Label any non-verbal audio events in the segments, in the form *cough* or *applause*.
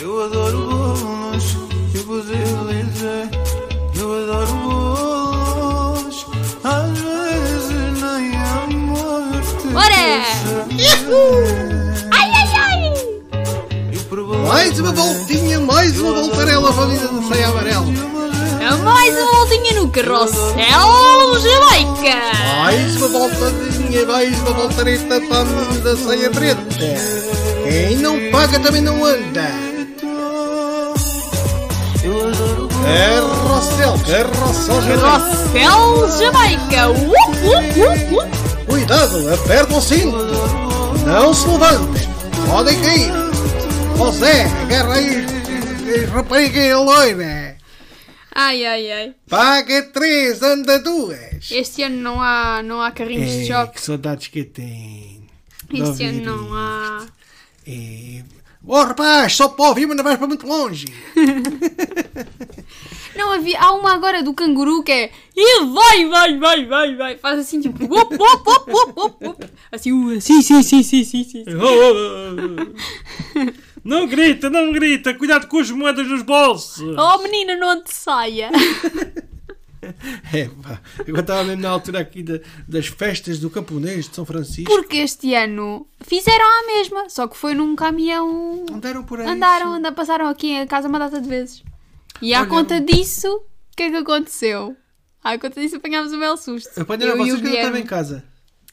Eu adoro bolos, eu vou dizer Eu adoro bolos, às vezes nem a morte Bora! Yuhu! Ai, ai, ai! Mais uma voltinha, mais uma voltarela para a vida do Ceia Amarelo. É mais uma voltinha no carrossel Jamaica! Mais uma voltadinha, mais uma voltareta para a vida da Ceia Preta. Quem não paga também não anda. Eu adoro É Carrossel, carrossel, carrossel. Carrossel Jamaica! Uh, uh, uh, uh. Cuidado, aperta o cinto. Não se levantem, podem cair. José, agarra aí, eh, rapariga loira. Ai, ai, ai. Paga três, anda duas. Este ano não há, não há carrinhos de Ei, choque. É, que saudades que eu tenho. de Este ano ouvir não há. E... Oh rapaz, só para ouvir, mas não vais para muito *laughs* longe. Não havia. Há uma agora do canguru que é. Ele vai, vai, vai, vai, vai. Faz assim tipo. Op, op, op, op, op, op. Assim, uh, assim, sim, sim, sim, sim, sim. Não grita, não grita, cuidado com as moedas nos bolsos. Oh menina, não te saia. É, pá. Eu estava mesmo na altura aqui da- das festas do camponês de São Francisco. Porque este ano fizeram a mesma, só que foi num caminhão. Andaram por aí. Andaram, andaram, passaram aqui em casa uma data de vezes. E à Olha, conta disso, o que é que aconteceu? À conta disso apanhámos um belo susto. Apanharam eu e o vocês que eu Guilherme. estava em casa.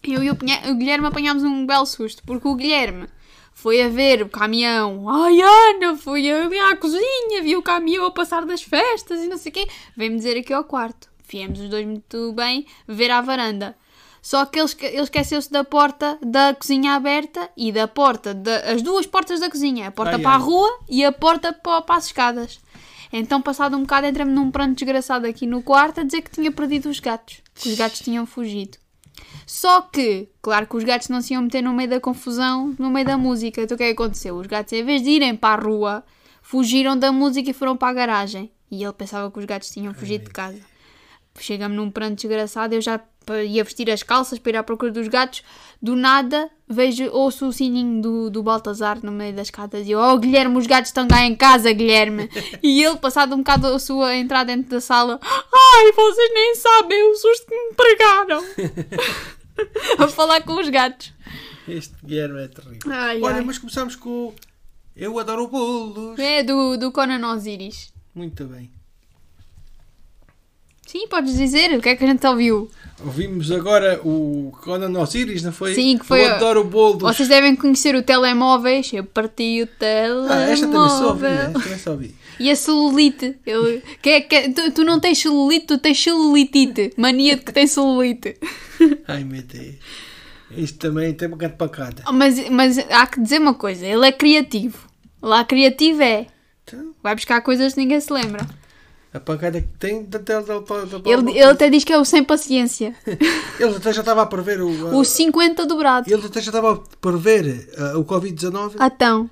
Eu e o, Pinha- o Guilherme apanhámos um belo susto, porque o Guilherme foi a ver o caminhão. Ai, Ana, foi ali à cozinha, viu o caminhão a passar das festas e não sei o quê. Veio-me dizer aqui ao quarto. Viemos os dois muito bem ver à varanda. Só que ele, esque- ele esqueceu-se da porta da cozinha aberta e da porta, da- as duas portas da cozinha. A porta Ai, para a ai. rua e a porta para, para as escadas. Então, passado um bocado, entra-me num pranto desgraçado aqui no quarto a dizer que tinha perdido os gatos. Que os gatos tinham fugido. Só que, claro que os gatos não se iam meter no meio da confusão, no meio da música. Então o que é que aconteceu? Os gatos, em vez de irem para a rua, fugiram da música e foram para a garagem. E ele pensava que os gatos tinham fugido de casa. Chega-me num pranto desgraçado, eu já pa- ia vestir as calças para ir à procura dos gatos. Do nada, vejo, ouço o sininho do, do Baltazar no meio das escadas e eu, oh Guilherme, os gatos estão cá em casa, Guilherme. e ele, passado um bocado, ouço a entrar dentro da sala. Ai, vocês nem sabem o susto que me pregaram *laughs* a falar com os gatos. Este Guilherme é terrível. Ai, Olha, ai. mas começámos com o Eu Adoro Bolos. É do, do Conan Osiris. Muito bem. Sim, podes dizer o que é que a gente ouviu. Ouvimos agora o Conan Osiris, não foi? Sim, que foi Eu a- Adoro Bolos. Vocês devem conhecer o telemóveis. Eu parti o Ah, esta também só ouvi, né? telemóvel. Esta também só ouvi. E a celulite. Eu... Que é- que é- tu, tu não tens celulite, tu tens celulitite. Mania de que tem celulite. Ai, meu Deus. Isto também tem um bocado de pancada. Oh, Mas, mas há que dizer uma coisa: ele é criativo. Lá criativo é. Então, Vai buscar coisas que ninguém se lembra. a pancada que tem... da- da- da- da- da- Ele, ele até diz que é o sem paciência. Eles até já estava a prever o. *laughs* O 50 dobrado. Eles até já estava a prever ah, o Covid-19. Atão.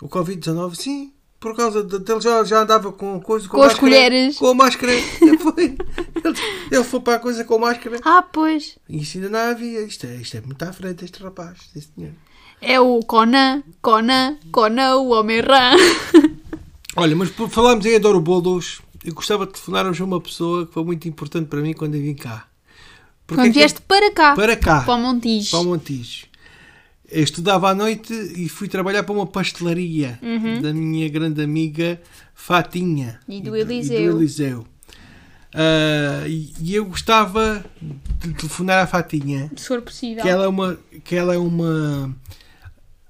O Covid-19, sim. Por causa de- dele já, já andava com coisa Com as máscara, colheres. Com a máscara. Ele foi, ele, ele foi para a coisa com a máscara. Ah, pois. E isso ainda não havia. Isto é, isto é muito à frente, este rapaz. Este senhor. É o Conan, Conan, Conan, o *laughs* Homem-Rã. Olha, mas por falarmos em Adoro Bolos, eu gostava de telefonarmos a uma pessoa que foi muito importante para mim quando eu vim cá. Porque é Quando que- vieste para cá, para cá. para o Montijo. para o Montijo. Eu estudava à noite e fui trabalhar para uma pastelaria da minha grande amiga Fatinha. Uhum. E do E, Eliseu. Eliseu. Ah, e, e eu gostava de telefonar à Fatinha, Se for possível. que ela é uma, que ela é uma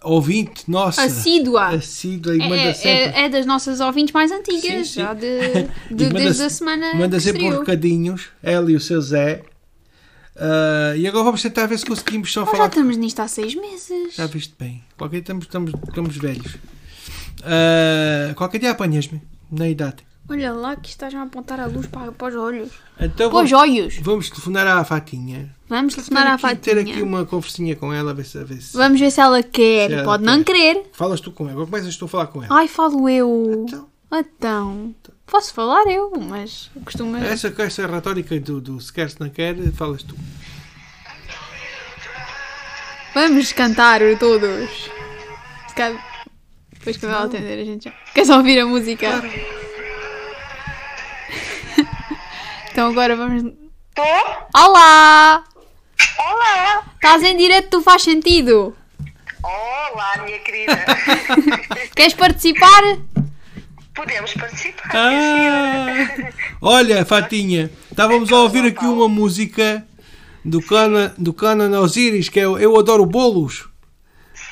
ouvinte nossa. Assídua. Assídua e É- manda É, sempre. é das nossas ouvintes mais antigas, Sim, sim. já de, *laughs* E de- manda desde a se- semana Manda que sempre um uns estreou. recadinhos, ela e o seu Zé. Ah, e agora vamos tentar ver se conseguimos só Nós já falar estamos nisto há seis meses. Já viste bem. Qualquer estamos, estamos, estamos velhos. Ah, qualquer dia apanhas-me, na idade. Olha lá que estás a apontar a luz para, para os olhos. Então Para vamos, os olhos. vamos telefonar à Fatinha. Vamos telefonar à Ter aqui- Ter aqui Fatinha. uma conversinha com ela, a ver se... A ver se... Vamos ver se ela quer. Se ela Pode não querer. Falas tu com ela, agora começas tu a falar com ela. Ai, falo eu. Então. Então. Posso falar eu, mas costumo. Essa, essa retórica do, do se quer, se não quer, falas tu. Vamos cantar todos. Ca- Depois que ela atender, a gente já. Queres ouvir a música? *laughs* então agora vamos. Tô? Olá! Olá! Estás em direto, tu faz sentido! Olá, minha *laughs* querida! Queres participar? Podemos participar? Ah, olha, Fatinha, estávamos a ouvir aqui uma música do Cana, do Cana Osiris, que é o Eu Adoro Bolos.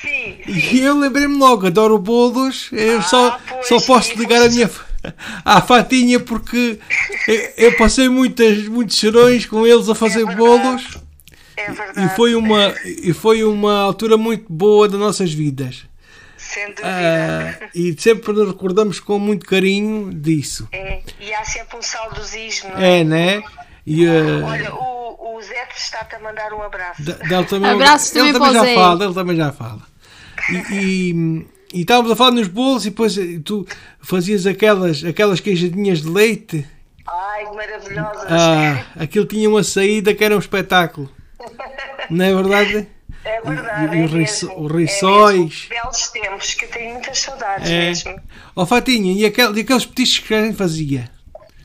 Sim, sim. E eu lembrei-me logo, adoro bolos, é, eu Ah, só, pois, só posso sim, ligar a minha fa- à fatinha porque eu, eu passei muitas, muitos cheirões com eles a fazer verdade. bolos É e verdade. foi, uma, e foi uma altura muito boa das nossas vidas. Sem dúvida. Ah, e sempre nos recordamos com muito carinho disso. É, e há sempre um saudosismo. É, né? E, ah, Olha, o, o Zé está-te a mandar um abraço. Da- dele também, Abraços ele também para o já Zé. fala, ele também já fala. E, e- e estávamos a falar nos bolos e depois eh, tu fazias aquelas, aquelas queijadinhas de leite. Ai, maravilhosas. Ah, aquilo tinha uma saída que era um espetáculo. Não é verdade? é verdade. e- e é o riço- mesmo, o é riçóis. mesmo. Belos tempos que eu tenho muitas saudades É. mesmo. Ó Fatinha, e, aquel- e aqueles petiscos que a gente fazia?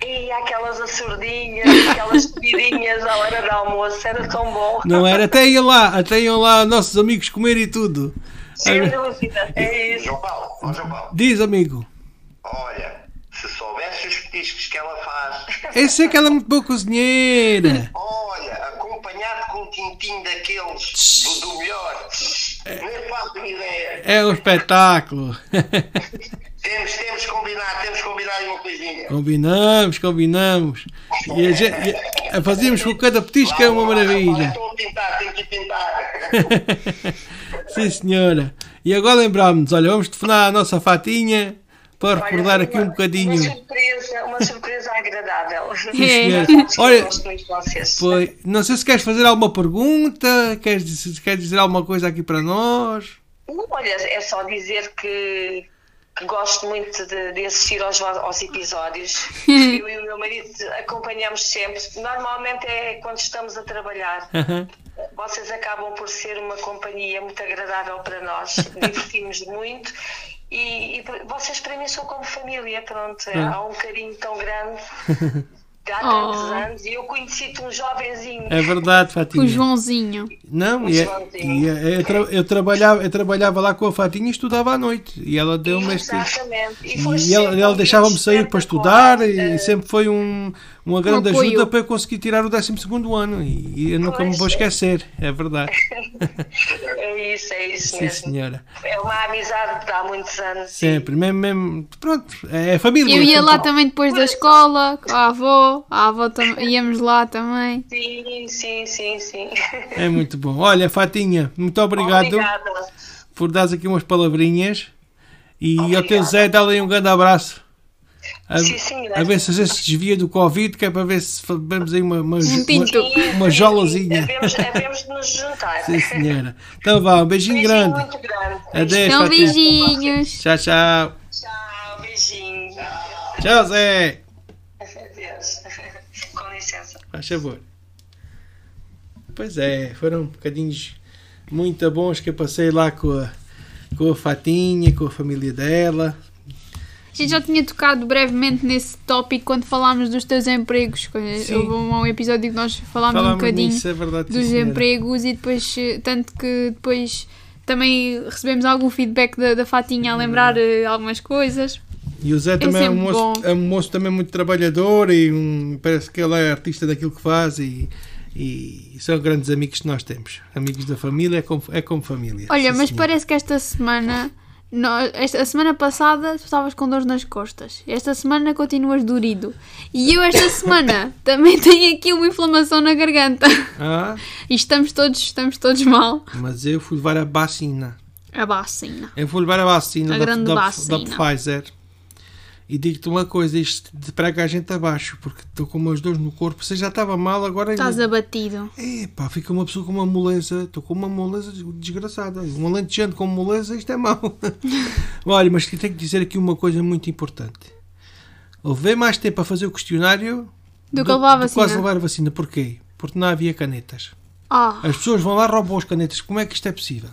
E aquelas açordinhas, aquelas comidinhas à hora do almoço, era tão bom. Não era? Até iam lá, até iam lá nossos amigos comer e tudo. Sem dúvida, é isso. João Paulo, ó João Paulo, Diz, amigo, olha, se soubesse os petiscos que ela faz, eu sei que ela é muito boa cozinheira. olha, acompanhado com um tintim daqueles do, do melhor, nem faço ideia. É um espetáculo. *laughs* Temos, temos que combinar, temos que combinar uma coisinha. Combinamos, combinamos. E a gente, e a- fazíamos com cada petisco, era uma Lá, lá, lá, maravilha. Estou a pintar, tenho que pintar. Sim, senhora. E agora lembrámos-nos, olha, vamos telefonar à nossa fatinha para Olha, recordar aqui um uma- Uma bocadinho. surpresa, uma surpresa agradável. senhora. Sabes que eu Olha, gosto muito de vocês. Foi. Não sei se queres fazer alguma pergunta, queres, dizer- queres dizer alguma coisa aqui para nós. Não, Olha, é só dizer que, que gosto muito de, de assistir aos, vo- aos episódios. Eu e o meu marido acompanhamos sempre. Normalmente é quando estamos a trabalhar. Aham. Vocês acabam por ser uma companhia muito agradável para *laughs* nós. Divertimos muito. E, e vocês para mim são como família, pronto. Há um carinho tão *laughs* grande. Há tantos Oh. anos. E eu conheci-te um jovenzinho. É verdade, Fatinha. O Joãozinho. Não, O e é- Joãozinho. e é- eu, tra- eu trabalhava, eu trabalhava lá com a Fatinha e estudava à noite. E ela deu-me este. Exatamente. E, foste E ela, sempre ela um deixava-me sair para espetacular. É. estudar e sempre foi um, uma grande apoio. ajuda para eu conseguir tirar o 12 ano. E, e eu nunca me vou Pois. esquecer, é verdade. É isso, é isso Sim, mesmo. senhora. É uma amizade de há muitos anos. Sempre, mesmo, mesmo. Pronto, é família. Eu ia lá Portanto, também depois da escola, com a avó, a avó tam- íamos lá também. Sim, sim, sim, sim. É muito bom. Olha, Fatinha, muito obrigado *laughs* Obrigada. por dares aqui umas palavrinhas. E ao teu Obrigada. Zé, dá-lhe um grande abraço. A, Sim, senhora. a ver se a gente se desvia do Covid, que é para ver se vemos aí uma, uma, Um pinto. uma, uma jolazinha. Havemos, havemos de nos juntar. Sim, senhora. Então vá, um beijinho Beijinho grande. É, muito grande. Adeus, Então, Fatinha. beijinhos. Tchau, tchau. Tchau, beijinho. Tchau, Zé. Adeus. *laughs* Com licença. Faz favor. Pois é, foram bocadinhos muito bons que eu passei lá com a, com a Fatinha, com a família dela. A gente já tinha tocado brevemente nesse tópico quando falámos dos teus empregos. quando Sim. Houve um um episódio que nós falámos, um Falámos bocadinho nisso, é verdade. sim, dos senhora. empregos e depois, eh, tanto que depois também recebemos algum feedback da, da Fatinha é a lembrar eh, algumas coisas. E o Zé também é, um sempre moço, bom. é um moço também muito trabalhador e um- parece que ele é artista daquilo que faz e, e são grandes amigos que nós temos. Amigos da família, é como, é como família. Olha, sim, mas senhora. parece que esta semana, nós- esta, a semana passada, tu estavas com dores nas costas. Esta semana continuas dorido. E eu, *laughs* esta semana, também tenho aqui uma inflamação na garganta. Ah, E estamos todos, estamos todos mal. É assim, mas eu fui levar a vacina. A vacina. Eu vou levar a vacina, A da, grande da- vacina. da Pfizer. E digo-te uma coisa, isto de prega a gente abaixo, porque estou com umas dores no corpo. Você já estava mal, agora... Estás abatido. Epá, fica uma pessoa com uma moleza. Estou com uma moleza desgraçada. Um alentejante com moleza, isto é mau. *laughs* Olha, mas tenho que dizer aqui uma coisa muito importante. Levei mais tempo a fazer o questionário Do que levar a do que quase vacina. levar a vacina. Porquê? Porque não havia canetas. Ah, As pessoas vão lá roubam as canetas. Como é que isto é possível?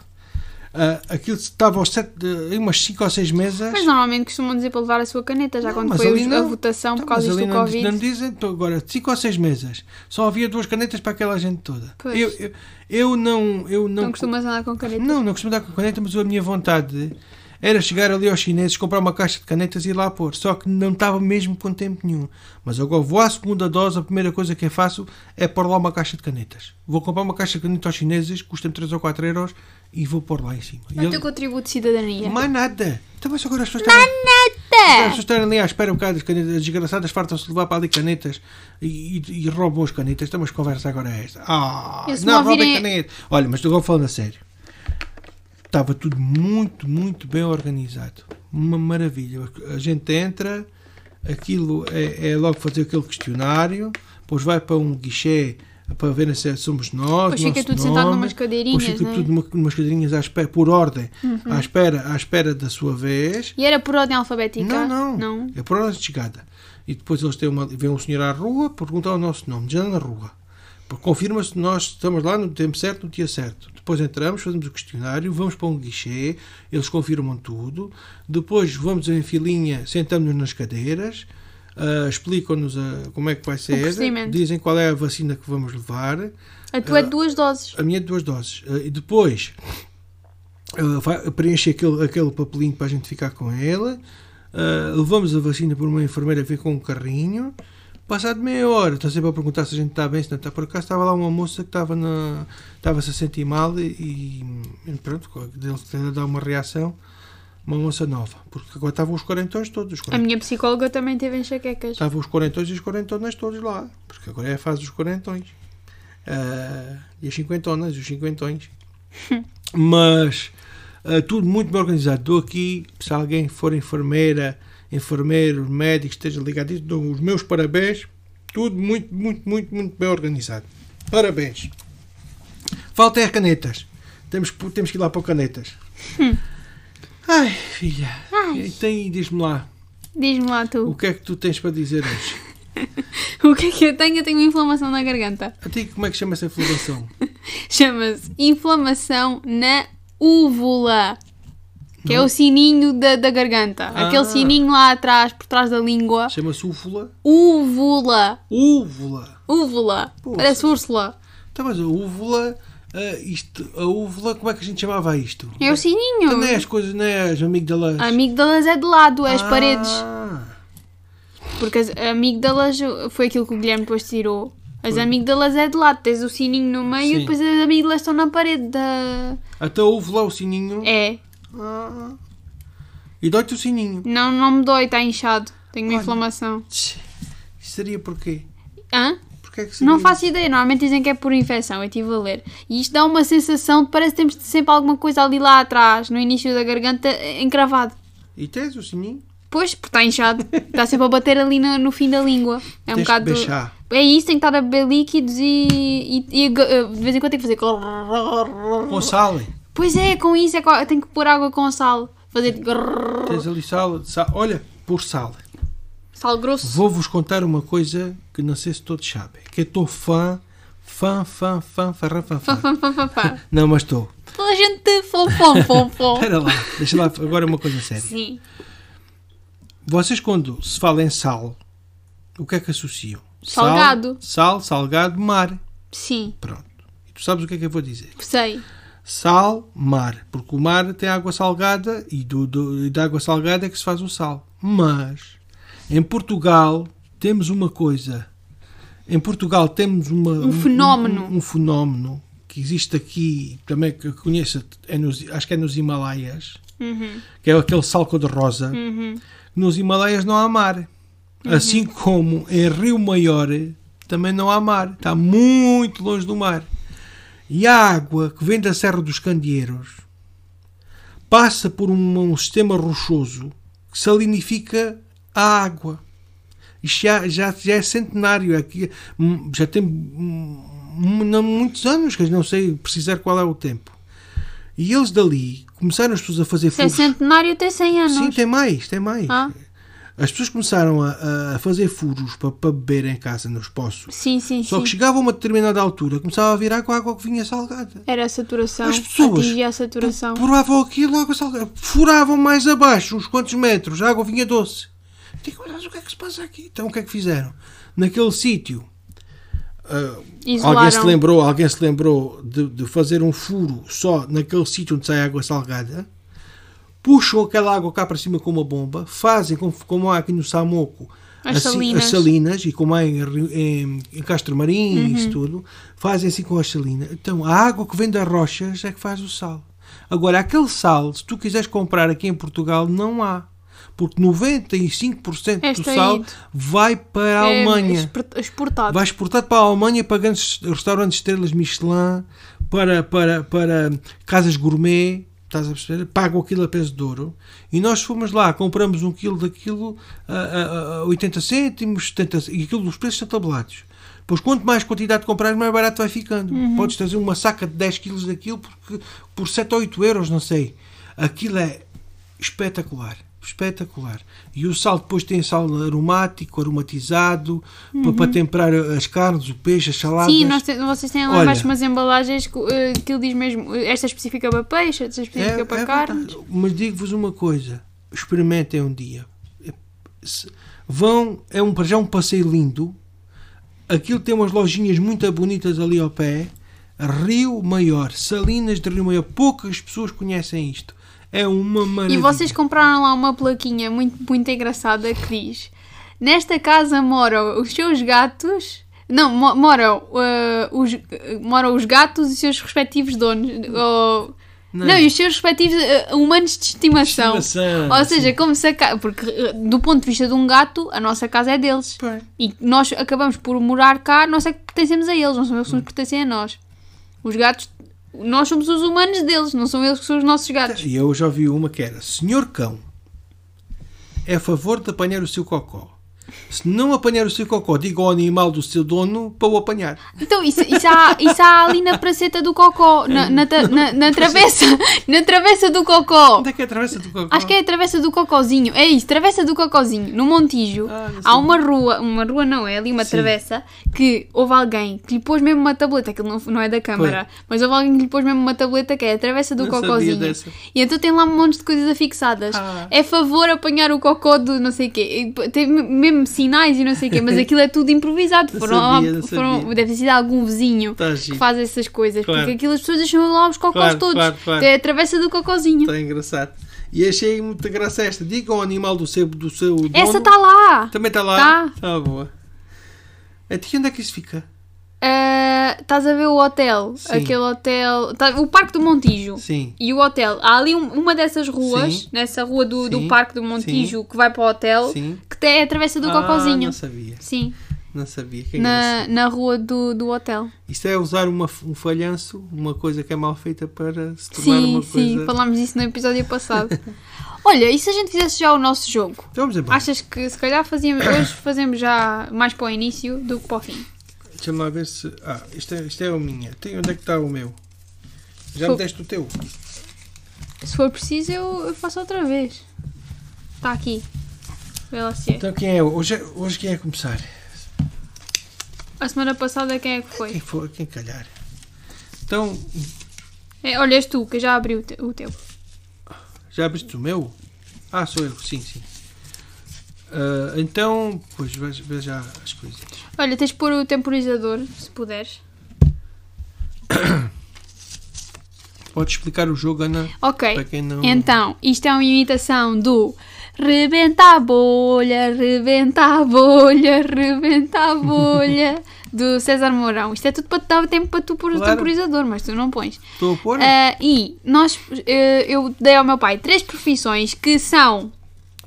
Ah, aquilo estava aos sete, de- em umas 5 ou 6 mesas. Mas normalmente costumam dizer para levar a sua caneta, já Não, quando mas foi ali os- a não. votação Então, por causa mas disto ali do não, Covid. Não dizem, então, agora, 5 ou 6 mesas. Só havia duas canetas para aquela gente toda. Pois. Eu, eu, eu não. Eu não, Hum? Não costumas andar com caneta. não, não costumo dar com caneta, mas a minha vontade era chegar ali aos chineses, comprar uma caixa de canetas e ir lá pôr. Só que não estava mesmo com tempo nenhum. Mas agora vou à segunda dose, a primeira coisa que eu faço é pôr lá uma caixa de canetas. Vou comprar uma caixa de canetas aos chineses, custa-me 3 ou 4 euros, e vou pôr lá em cima. E É o ele- teu contributo de cidadania. mais nada. Então, mas agora as pessoas estão. É. As pessoas estão ali à espera um bocado, as, canetas, as desgraçadas fartam-se de levar para ali canetas e, e- e roubam as canetas. Então, mas que conversa agora é esta. Ah, Eu se não, me roubem ouvirem- caneta. Olha, mas agora falando a sério, estava tudo muito, muito bem organizado. Uma maravilha. A gente entra, aquilo é, é logo fazer aquele questionário, depois vai para um guichê para verem se é- somos nós. Depois fica nosso tudo sentado nome, numas cadeirinhas, Uhum. Depois fica né? tudo numa- numas cadeirinhas à espera, por ordem, à, espera, à espera da sua vez. E era por ordem alfabética? Não, não, Não. É por ordem de chegada. E depois eles têm uma, vem um senhor à rua, pergunta o nosso nome, já na rua. Porque Confirma-se se nós estamos lá no tempo certo, no dia certo. Depois entramos, fazemos o questionário, vamos para um guichê, eles confirmam tudo. Depois vamos em filinha, sentamos-nos nas cadeiras, ah, explicam-nos a- como é que vai ser, procedimento. dizem qual é a vacina que vamos levar. A tua é de duas doses. A minha de duas doses. Eh, E depois eh, vai- preenche aquele, aquele papelinho para a gente ficar com ela. Eh, levamos a vacina por uma enfermeira que vem com um carrinho. Passado meia hora, está sempre a perguntar se a gente está bem, se não está. Por acaso estava lá uma moça que estava na. estava-se a sentir mal e, e pronto, deles a dar uma reação. Uma moça nova, porque agora estavam os quarentões todos. Os A minha psicóloga também teve enxaquecas. Estavam os quarentões e os quarentonas todos lá, porque agora é a fase dos quarentões. Ah, e as cinquentonas e os cinquentões. Mas ah, tudo muito bem organizado. Dou aqui, se alguém for enfermeira, enfermeiro, médico, esteja ligado a isso, dou os meus parabéns. Tudo muito, muito, muito, muito bem organizado. Parabéns. Falta é canetas. Temos, que- temos que ir lá para o canetas. Ai, filha. Tem, diz-me lá, Diz-me lá o tu. que é que tu tens para dizer hoje? O que é que eu tenho? Eu tenho uma inflamação na garganta. A ti, como é que chama essa inflamação? Chama-se inflamação na úvula. Que é Hum. o sininho da, da garganta. Ah. Aquele sininho lá atrás, por trás da língua. Chama-se úvula? Úvula. Úvula! Úvula. Poxa. Parece Úrsula. Tá, mas a úvula, ah, isto, a úvula, como é que a gente chamava isto? É o sininho. Não é Ah. as coisas, não é as amígdalas? A amígdalas é de lado, é as paredes. Ah, Porque as a amígdalas foi aquilo que o Guilherme depois tirou. As amígdalas é de lado, tens o sininho no meio Sim. e depois as amígdalas estão na parede da. até a úvula, o sininho. É. Ah. E dói-te o sininho. Não, não me dói, está inchado. Tenho uma Olha. inflamação. Tch, Isso seria porquê? Hã? Porquê é que seria? Não faço ideia, normalmente dizem que é por infecção, eu estive a ler. E isto dá uma sensação de parece que temos sempre alguma coisa ali lá atrás, no início da garganta, encravado. E tens o sininho? Pois, porque está inchado. Está sempre a bater ali no, no fim da língua. É um Tens que bocado. beijar. É isso, tem que estar a beber líquidos e, e- e aga- de vez em quando tem que fazer. Com sal. Pois é, com isso é co- tem que pôr água com sal. Fazer Tens ali sal. sal. Olha, por sal. sal grosso. Vou-vos contar uma coisa que não sei se todos sabem. Que eu estou fã, fã, fã, fã, fã, fã, fã. Fá, fá, fá, fá, fá. Não, mas estou. Toda a gente fom, fom, fom, fom. Espera lá, deixa lá agora uma coisa séria. Sim. Vocês quando se fala em sal, o que é que associam? Sal, Salgado. Sal, salgado, mar. Sim, Pronto. E tu sabes o que é que eu vou dizer? sei. Sal, mar. Porque o mar tem água salgada e do, do- e da água salgada é que se faz o sal. Mas, em Portugal, temos uma coisa. Em Portugal temos uma, um fenómeno. Um, um fenómeno que existe aqui, também que eu conheço, é nos- acho que é nos Himalaias, que é aquele sal cor-de-rosa. Nos Himalaias não há mar. Assim como em Rio Maior também não há mar. Está muito longe do mar. E a água que vem da Serra dos Candeeiros passa por um, um sistema rochoso que salinifica a água. Isto já, já, já é centenário. Aqui, hum, já tem hum, mu- não, muitos anos, que eu não sei precisar qual é o tempo. E eles dali começaram as pessoas a fazer Se é fogos. centenário, tem 100 anos. Sim, tem mais, tem mais. Ah. As pessoas começaram a, a fazer furos para, para beber em casa nos poços. Sim, sim, Só sim. que chegava a uma determinada altura, começava a virar com a água que vinha salgada. Era a saturação. As pessoas Atingia a saturação. Furavam aquilo, a água salgada. Furavam mais abaixo, uns quantos metros, a água vinha doce. Digo, mas o que é que se passa aqui? Então o que é que fizeram? Naquele sítio, alguém se Isolaram. lembrou, alguém se lembrou de, de fazer um furo só naquele sítio onde sai a água salgada, puxam aquela água cá para cima com uma bomba, fazem como, como há aqui no Samoco As assim, salinas. as salinas, e como há em, Rio- em, em Castro Marim e Uhum. isso tudo, fazem assim com as salinas. Então a água que vem das rochas é que faz o sal. Agora, aquele sal, se tu quiseres comprar aqui em Portugal, não há. Porque 95% É do sal extraído. vai para a É Alemanha. expor- Exportado. Vai exportado para a Alemanha para grandes restaurantes estrelas Michelin, para, para, para casas gourmet, estás a perceber? Pagam aquilo a peso de ouro. E nós fomos lá, compramos um quilo daquilo a, a- a 80 cêntimos, 70 cê- e aquilo, os preços são tabelados. Pois quanto mais quantidade comprares, mais barato vai ficando. Podes trazer uma saca de 10 quilos daquilo porque, por 7 ou 8 euros, não sei. Aquilo é espetacular, espetacular. E o sal depois tem sal aromático, aromatizado, pa- para temperar as carnes, o peixe, as saladas. Uhum. Sim, nós te- vocês têm lá Olha. embaixo umas embalagens que, eh, que ele diz mesmo, eh, esta é específica para peixe, esta é específica para carnes. verdade. Mas digo-vos uma coisa, experimentem um dia. Se- Vão, é um para já um passeio lindo. Aquilo tem umas lojinhas muito bonitas ali ao pé. Rio Maior, Salinas de Rio Maior. Poucas pessoas conhecem isto. É uma maravilha. E vocês compraram lá uma plaquinha muito, muito engraçada que diz: Nesta casa moram os seus gatos. Não, mo- moram, eh, os, eh, moram os gatos e os seus respectivos donos. Ou- Não. não. e os seus respectivos eh, humanos de estimação. Estimação, Ou seja, como se a ca... Porque eh, do ponto de vista de um gato, a nossa casa é deles. Pois. E nós acabamos por morar cá, nós é que pertencemos a eles, não são eles que nos pertencem a nós. Os gatos, nós somos os humanos deles, não são eles que são os nossos gatos. E eu já vi uma que era: Senhor cão, é a favor de apanhar o seu cocó. Se não apanhar o seu cocó, diga ao animal do seu dono para o apanhar. Então, isso, isso, há, isso há ali na praceta do Cocó, na, na, ta- na, na travessa, na travessa do Cocó. Onde é que é a travessa do cocó? Acho que é a travessa do Cocózinho, é isso, travessa do Cocózinho, no Montijo. Ah, não sei. há uma rua, uma rua não, é ali uma travessa, que houve alguém que lhe pôs mesmo uma tableta, que não, não é da Câmara, mas houve alguém que lhe pôs mesmo uma tableta que é a travessa do Não sabia Cocózinho. dessa. E então tem lá um monte de coisas afixadas. Ah. É favor apanhar o cocó do não sei quê. E Tem me- mesmo sinais e não sei quê, mas aquilo é tudo improvisado. *laughs* Não Foram, sabia, não foram- sabia. deve ter sido algum vizinho Tá que giro. faz essas coisas, Claro. porque aquilo as pessoas deixam lá os cocós Claro, todos. claro, claro. Tá. É a travessa do cocózinho. Está engraçado. E achei muita graça esta. Diga ao animal do seu, do seu dono. Essa está lá! Também está lá. Tá. Está boa. Até que onde é que isso fica? Ah, estás a ver o hotel? Sim. Aquele hotel. tá- o Parque do Montijo. Sim. E o hotel. Há ali um- uma dessas ruas, Sim. nessa rua do, Sim. do Parque do Montijo que vai para o hotel, Sim. que tem- é a travessa do Ah, cocózinho. não sabia. Sim. Não sabia. Que é engraçado. na, na rua do, do hotel. Isto é usar uma, um falhanço, uma coisa que é mal feita para se tornar Sim, uma sim, coisa. falámos disso no episódio *laughs* passado. Olha, e se a gente fizesse já o nosso jogo? Então Vamos embora. Achas que se calhar fazíamos, hoje fazemos já mais para o início do que para o fim? Deixa-me lá ver se. Ah, isto é, isto é o minha. Tem, onde é que está o meu? Já me Fogo. deste o teu. Se for preciso, eu, eu faço outra vez. Está aqui. Vê lá se é. Então quem é? Hoje, é- hoje quem é a começar? A semana passada quem é que Quem foi? for, quem calhar. Então, É, olha, és tu que eu já abri o, te- o teu. já abriste o meu? Ah, sou eu, sim, sim. Ah, então, pois vê vê já as coisinhas. Olha, tens de pôr o temporizador, se puderes. Podes explicar o jogo, Ana? Ok. Para quem não- Então, isto é uma imitação do Rebenta a bolha, rebenta a bolha, *laughs* rebenta a bolha do César Mourão. Isto é tudo para te dar tempo para tu pôr o Claro. temporizador, mas tu não pões. Estou a pôr? Ah, e nós, eh, eu dei ao meu pai três profissões que são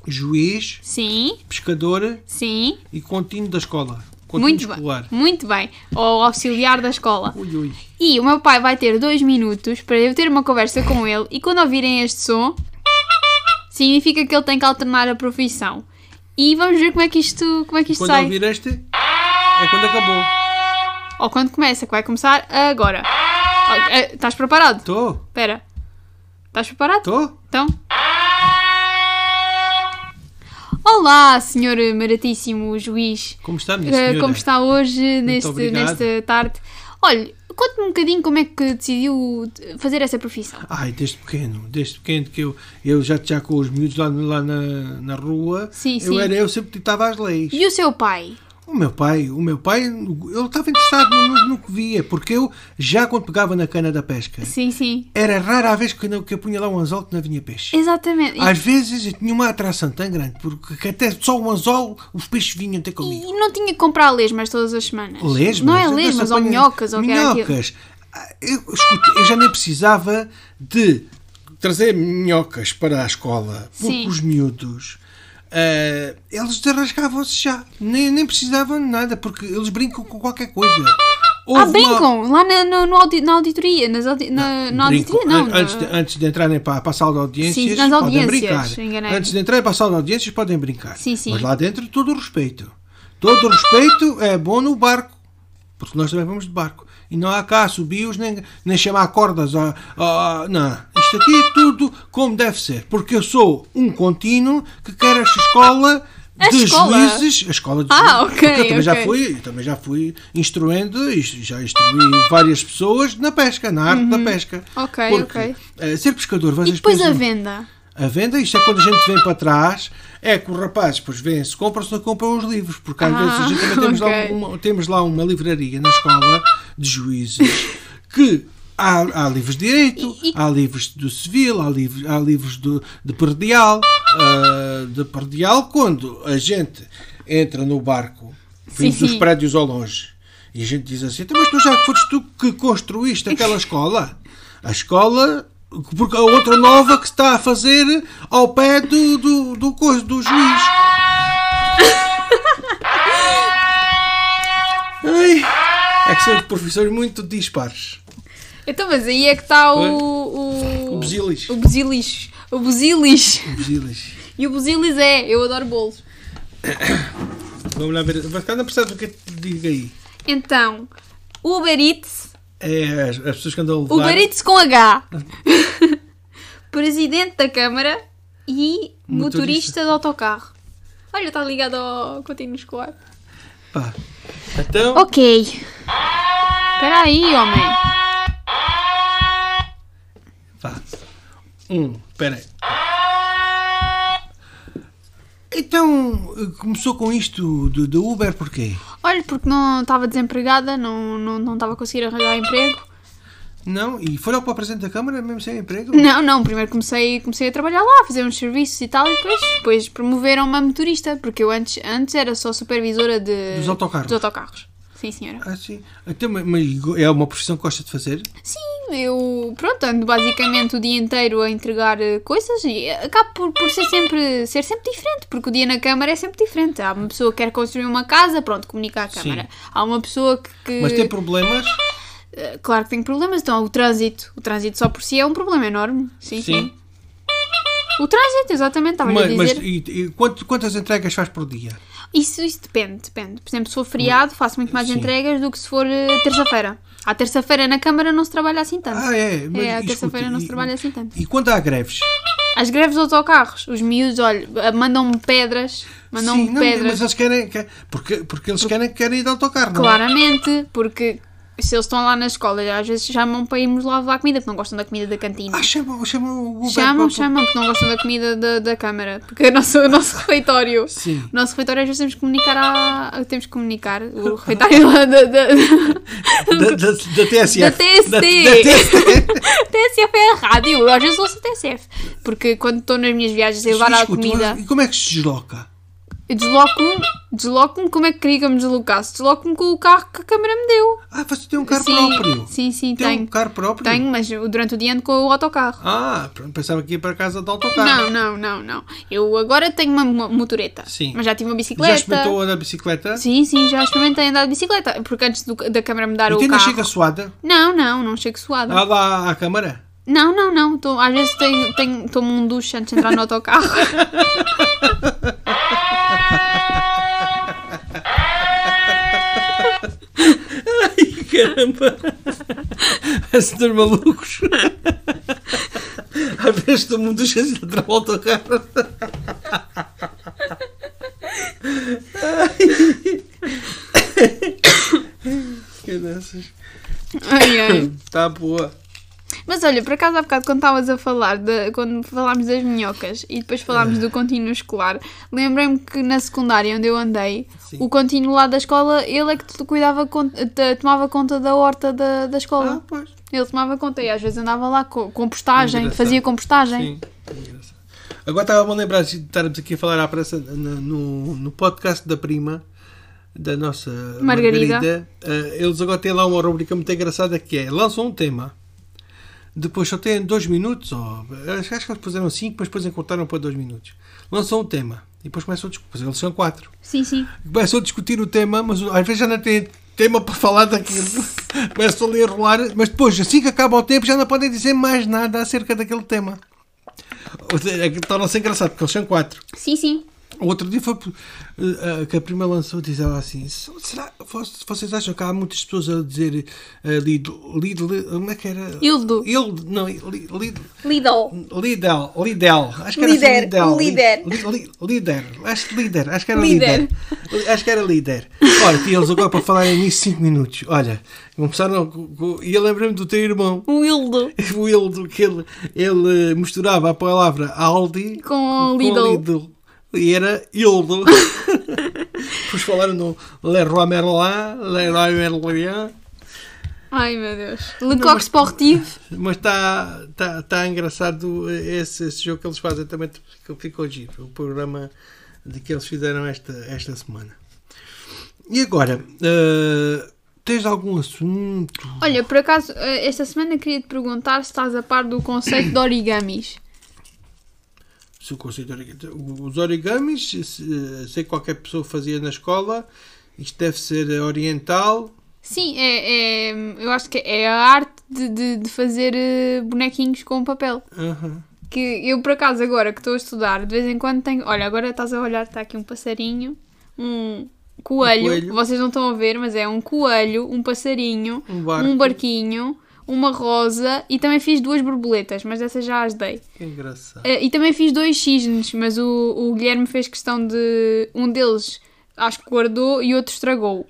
Juiz, sim, pescador sim, e contínuo da escola. Contínuo muito bem, escolar. muito bem, ou auxiliar da escola. Ui, ui. E o meu pai vai ter dois minutos para eu ter uma conversa com ele e quando ouvirem este som, significa que ele tem que alternar a profissão. E vamos ver como é que isto, como é que isto Quando sai. ouvir este, é quando acabou. Ou quando começa, que vai começar agora. Ó, eh, Estás preparado? Estou, Espera. Então? Estás preparado? estou. Então. Olá, senhor maratíssimo juiz. Como está, minha Eh, senhora? como está hoje, neste, obrigado. nesta tarde. Olha, conte-me um bocadinho como é que decidiu fazer essa profissão. Ai, desde pequeno, desde pequeno que eu, eu já, já com os miúdos lá, lá na, na rua, Sim, eu sim. era eu sempre ditava as leis. E o seu pai? O meu pai, o meu pai, ele estava interessado no, no que via, porque eu já quando pegava na cana da pesca, Sim, sim. era rara a vez que eu, que eu punha lá um anzol que não vinha peixe. Exatamente. E, Às vezes eu tinha uma atração tão grande, porque que até só um anzol os peixes vinham ter comigo. e não tinha que comprar lesmas todas as semanas. Lesmas? Então Não é Eu lesmas, só ou ponho- minhocas, ou o que era aquilo. Minhocas. Ah, Eu, escute, eu já nem precisava de trazer minhocas para a escola, porque Sim. os miúdos. ah, eles desarrascavam-se já, nem, nem precisavam de nada, porque eles brincam com qualquer coisa. Ah, Houve uma- brincam! Lá na, no, no audi- na auditoria. Nas audi- na, na Brincam. auditoria, não. An- na- Ah, antes, de, antes de entrarem para, para a sala de audiências, Sim, nas podem audiências, brincar. enganei. Antes de entrarem para a sala de audiências, podem brincar. Sim, sim. Mas lá dentro, todo o respeito. Todo o respeito é bom no barco, porque nós também vamos de barco. E não há cá subios, nem, nem chamar cordas. A, a- não, isto aqui é tudo como deve ser. Porque eu sou um contínuo que quer esta escola A de escola? juízes. A escola de Ah, juízes. ok, Porque eu também já ok. fui eu também já fui instruindo e já instruí várias pessoas na pesca, na arte da pesca. Uhum. Ok, Porque, ok. eh, ser pescador, vocês E depois a pensam- venda. a venda, isto é quando a gente vem para trás, é que os rapazes depois vêm-se, compram-se não compram os livros, porque às Ah, vezes a gente também temos, *laughs* ok. lá uma, temos lá uma livraria na escola de juízes que. Há, há livros de direito, E- e- há livros do civil, há livros, há livros do, de perdial. ah, de perdial, quando a gente entra no barco, Sim, vimos os sim. prédios ao longe, e a gente diz assim: "Então, Mas tu já foste tu que construíste *laughs* aquela escola? A escola, porque a outra nova que se está a fazer ao pé do, do, do, coisa, do juiz. Ai, é que são profissões muito dispares. Então, mas aí é que está o. O, O basilis. O basilis. O basilis. Buzilis. E o basilis é. Eu adoro bolos. Vamos lá ver. Vai ficar não percebe o que é que te digo aí. Então, Uber Eats. É, as, as pessoas que andam a levar. Uber Eats com H. *laughs* Presidente da Câmara e motorista, Motorista. de autocarro. Olha, está ligado ao contínuo escolar. Pá. Então, Ok. Espera aí, homem. Vá. Um, peraí. Então, eh, começou com isto do, do Uber porquê? Olha, porque não estava desempregada, não estava não, estava a conseguir arranjar emprego. Não? E foi logo para o Presidente da Câmara, mesmo sem emprego? Não, não, primeiro comecei, comecei a trabalhar lá, a fazer uns serviços e tal, e depois, depois promoveram-me a motorista, porque eu antes, antes era só supervisora de, Dos autocarros. dos autocarros. Sim, senhora. Ah, sim. Então, mas- mas é uma profissão que gosta de fazer? Sim, eu, pronto, ando basicamente o dia inteiro a entregar eh, coisas e acabo por, por ser, sempre, ser sempre diferente, porque o dia na Câmara é sempre diferente. Há uma pessoa que quer construir uma casa, pronto, comunica à Câmara. Sim. Há uma pessoa que... que- Mas tem problemas? eh, Claro que tem problemas, então o trânsito. O trânsito só por si é um problema enorme. Sim, sim. O trânsito, exatamente, estava a Mas, dizer. mas e, e quant- quantas entregas faz por dia? Isso, isso depende, depende. Por exemplo, se for feriado, faço muito mais Sim. entregas do que se for eh, terça-feira. À terça-feira na Câmara não se trabalha assim tanto. Ah, é. Mas, é, à escuta, terça-feira não se e- trabalha assim tanto. E quando há greves? As greves dos autocarros, os miúdos, olha, eh, mandam-me pedras, mandam-me Sim, não, pedras. mas eles querem... que- Porque, porque eles querem, querem ir de autocarro, não é? Claramente, porque se eles estão lá na escola, às vezes chamam para irmos lá levar comida, porque não gostam da comida da cantina. Ah, chamam, chamam o Uber chamam, para- chamam, porque não gostam da comida da, da Câmara, porque é o nosso, o nosso refeitório. Sim. O nosso refeitório às vezes temos que comunicar à... Temos que comunicar o *laughs* refeitório lá da... da... *laughs* Da, da, da TSF. Da TST. Da, da *laughs* TST. TSF é a rádio, eu às vezes ouço TSF. Porque quando estou nas minhas viagens a levar a Escuta, comida, mas E como é que se desloca? eu desloco-me, desloco-me, como é que queria que eu me deslocasse? Desloco-me com o carro que a câmara me deu. Ah, você tem um carro sim, próprio. sim, sim, tem tenho. um carro próprio? Tenho, mas eu durante o dia ando com o autocarro. Ah, pronto, pensava que ia para casa de Não, autocarro. não, não, não. Eu agora tenho uma mo- motoreta. Sim. Mas já tive uma Já bicicleta. experimentou andar de bicicleta? Sim, sim, já experimentei andar de bicicleta. Porque antes do- da câmara me dar E o ainda carro. chega suada? Não, não, não chego suada. Ah, lá à câmara? Não, não, não. Tô- às vezes tenho, tenho, tomo um duche antes de entrar no autocarro. *laughs* Ai, *laughs* caramba! Senhor malucos! Às vezes tomo um dos chances de entrar no autocarro. *coughs* Caraças. Ai, ai. Está Tá boa. Mas olha, por acaso há bocado quando estavas a falar, da- quando falámos das minhocas e depois falámos do contínuo escolar, lembrei-me que na secundária onde eu andei, o contínuo lá da escola, ele é que te cuidava, con- te- tomava conta da horta da, da escola. Ah, pois. Ele tomava conta e às vezes andava lá com compostagem, Engraçado. fazia compostagem. Sim. Engraçado. Agora estava-me a lembrar de estarmos aqui a falar à pressa no, no- no podcast da prima, da nossa Margarida. Eh, eles agora têm lá uma rubrica muito engraçada que é: lançam um tema, depois só têm dois minutos, ou, acho acho que eles puseram cinco, mas depois encurtaram para dois minutos. Lançam um tema e depois começam a discutir. Eles são quatro. Sim, sim. Começam a discutir o tema, mas às vezes já não têm tema para falar *laughs* daquilo. começam ali a rolar, mas depois, assim que acaba o tempo, já não podem dizer mais nada acerca daquele tema. Ou seja, é que Torna-se engraçado, porque eles são quatro. Sim, sim. O outro dia foi eh, eh, que a prima lançou, diz ela assim: será vos- vocês acham que há muitas pessoas a dizer eh, Lidl, Lidl, como é que era? Ildo. Ildo, não, Li- Lidl. Lidl. Lidl, Lidl, acho que era Líder, assim, Lidl, líder. Li- li- líder, acho que líder, acho que era Líder. líder. Acho que era líder. Olha, e eles agora para falarem nisso 5 minutos. Olha, começaram. com- com- E eu lembrei-me do teu irmão, O Ildo. o Ildo, que ele, ele misturava a palavra Aldi Com Lidl. E era Ildo. *laughs* Depois falaram no Leroy Merlin, Leroy Merlin. Ai meu Deus. Lecoq Sportivo. Mas está tá, tá engraçado esse, esse jogo que eles fazem também ficou, ficou giro, o programa de que eles fizeram esta, esta semana. E agora, eh, tens algum assunto? Olha, por acaso, eh, esta semana queria te perguntar se estás a par do conceito de origamis. Se eu considero que- Os origamis, se- sei que qualquer pessoa fazia na escola, isto deve ser oriental. Sim, é, é- eu acho que é a arte de, de- de fazer eh, bonequinhos com papel. Aham. Que eu, por acaso, agora que estou a estudar, de vez em quando tenho. Olha, agora estás a olhar, está aqui um passarinho, um coelho. coelho. Vocês não estão a ver, mas é um coelho, um passarinho, Um barco. barquinho, uma rosa e também fiz duas borboletas, mas essas já as dei. Que engraçado. Eh, E também fiz dois cisnes, mas o, o Guilherme fez questão de. Um deles acho que guardou e outro estragou.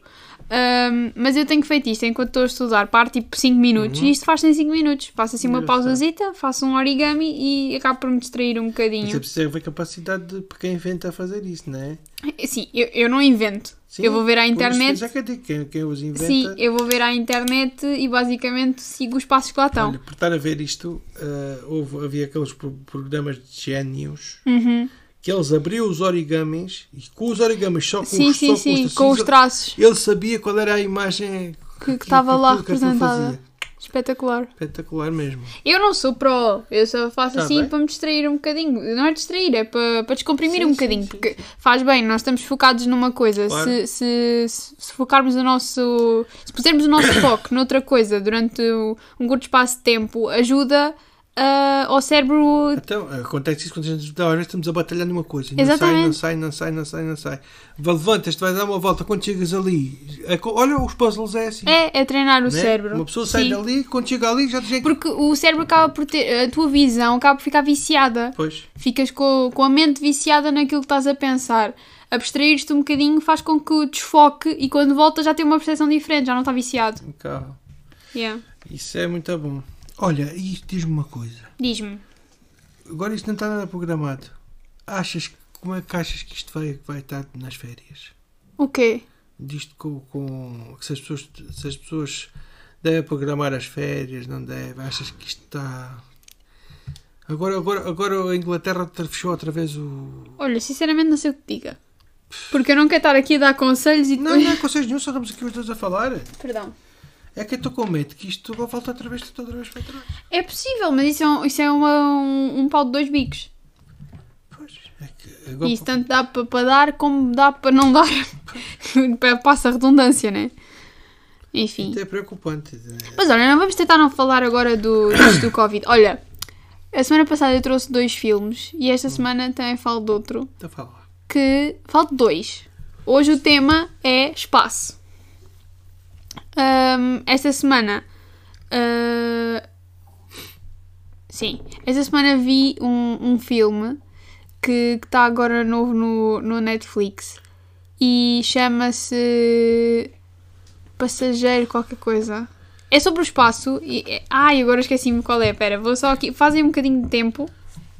Ahm, mas eu tenho feito isto enquanto estou a estudar, parte tipo 5 minutos Uhum. e isto faz-se em 5 minutos. Faço assim uma pausazita, faço um origami e acabo por me distrair um Mas é bocadinho. preciso haver capacidade de para quem inventa fazer isso, não é? Eh, Sim, eu, eu não invento. eu vou ver à pois, internet. Já que eu digo, quem, quem os inventa. Sim, eu vou ver à internet e basicamente sigo os passos que lá estão. Olha, por estar a ver isto, ah, houve, havia aqueles pro- programas de génios Uhum. que eles abriam os origamis e com os origamis, só com sim, os sim, só sim, os com os tracinhos, traços Ele sabia qual era a imagem que que estava lá aquilo que aquilo representada. fazia. Espetacular. Espetacular mesmo. Eu não sou pró, eu só faço Tá assim bem. para me distrair um bocadinho. Não é distrair, é para, para descomprimir um bocadinho, porque faz bem, nós estamos focados numa coisa. Claro. Se, se, se- se focarmos o nosso. Se pusermos o nosso *coughs* foco noutra coisa durante o- um curto espaço de tempo, ajuda ah, ao cérebro. Então, acontece isso quando a gente, às vezes estamos a batalhar numa coisa. e Não Exatamente. sai, não sai, não sai, não sai, não sai. Vai, Levantas-te, vais dar uma volta quando chegas ali. é co- olha, os puzzles é assim. É, é treinar o né? cérebro. Uma pessoa sai Sim. dali, quando chega ali já tem Porque o cérebro acaba por ter. A tua visão acaba por ficar viciada. Pois. Ficas com, com a mente viciada naquilo que estás a pensar. Abstrair-te um bocadinho faz com que desfoque e quando volta já tem uma percepção diferente, já não está viciado. Calma. Yeah. Isso é muito bom. Olha, e isto diz-me uma coisa. Diz-me. Agora isto não está nada programado. Achas que- como é que achas que isto vai, vai estar nas férias? O quê? Disto com, com que se as pessoas se as pessoas devem programar as férias, não devem? Achas que isto está Agora, agora, agora a Inglaterra outra- fechou outra vez o. Olha, sinceramente não sei o que te diga. Porque eu não quero estar aqui a dar conselhos e Não, não é conselhos nenhum, só estamos aqui os dois a falar. *laughs* Perdão. É que eu estou com medo que isto agora volta outra vez, tudo outra vez para trás. É possível, mas isso é um, isso é uma- um, um pau de dois bicos. Pois, é que E agora isso tanto dá para dar como dá para não *laughs* dar. Pa- Passa a redundância, né? Enfim. isto é preocupante. né? Mas olha, não vamos tentar não falar agora do, disto do Covid. Olha, a semana passada eu trouxe dois filmes e esta semana também falo de outro. Então fala lá. que falta dois. Hoje o tema é espaço. Ahm, esta semana. ah, sim, esta semana tá vi um, um filme que está agora novo no, no Netflix e chama-se Passageiro qualquer coisa. É sobre o espaço e... é- Ai, agora esqueci-me qual é. Pera, vou só aqui... Fazem um bocadinho de tempo.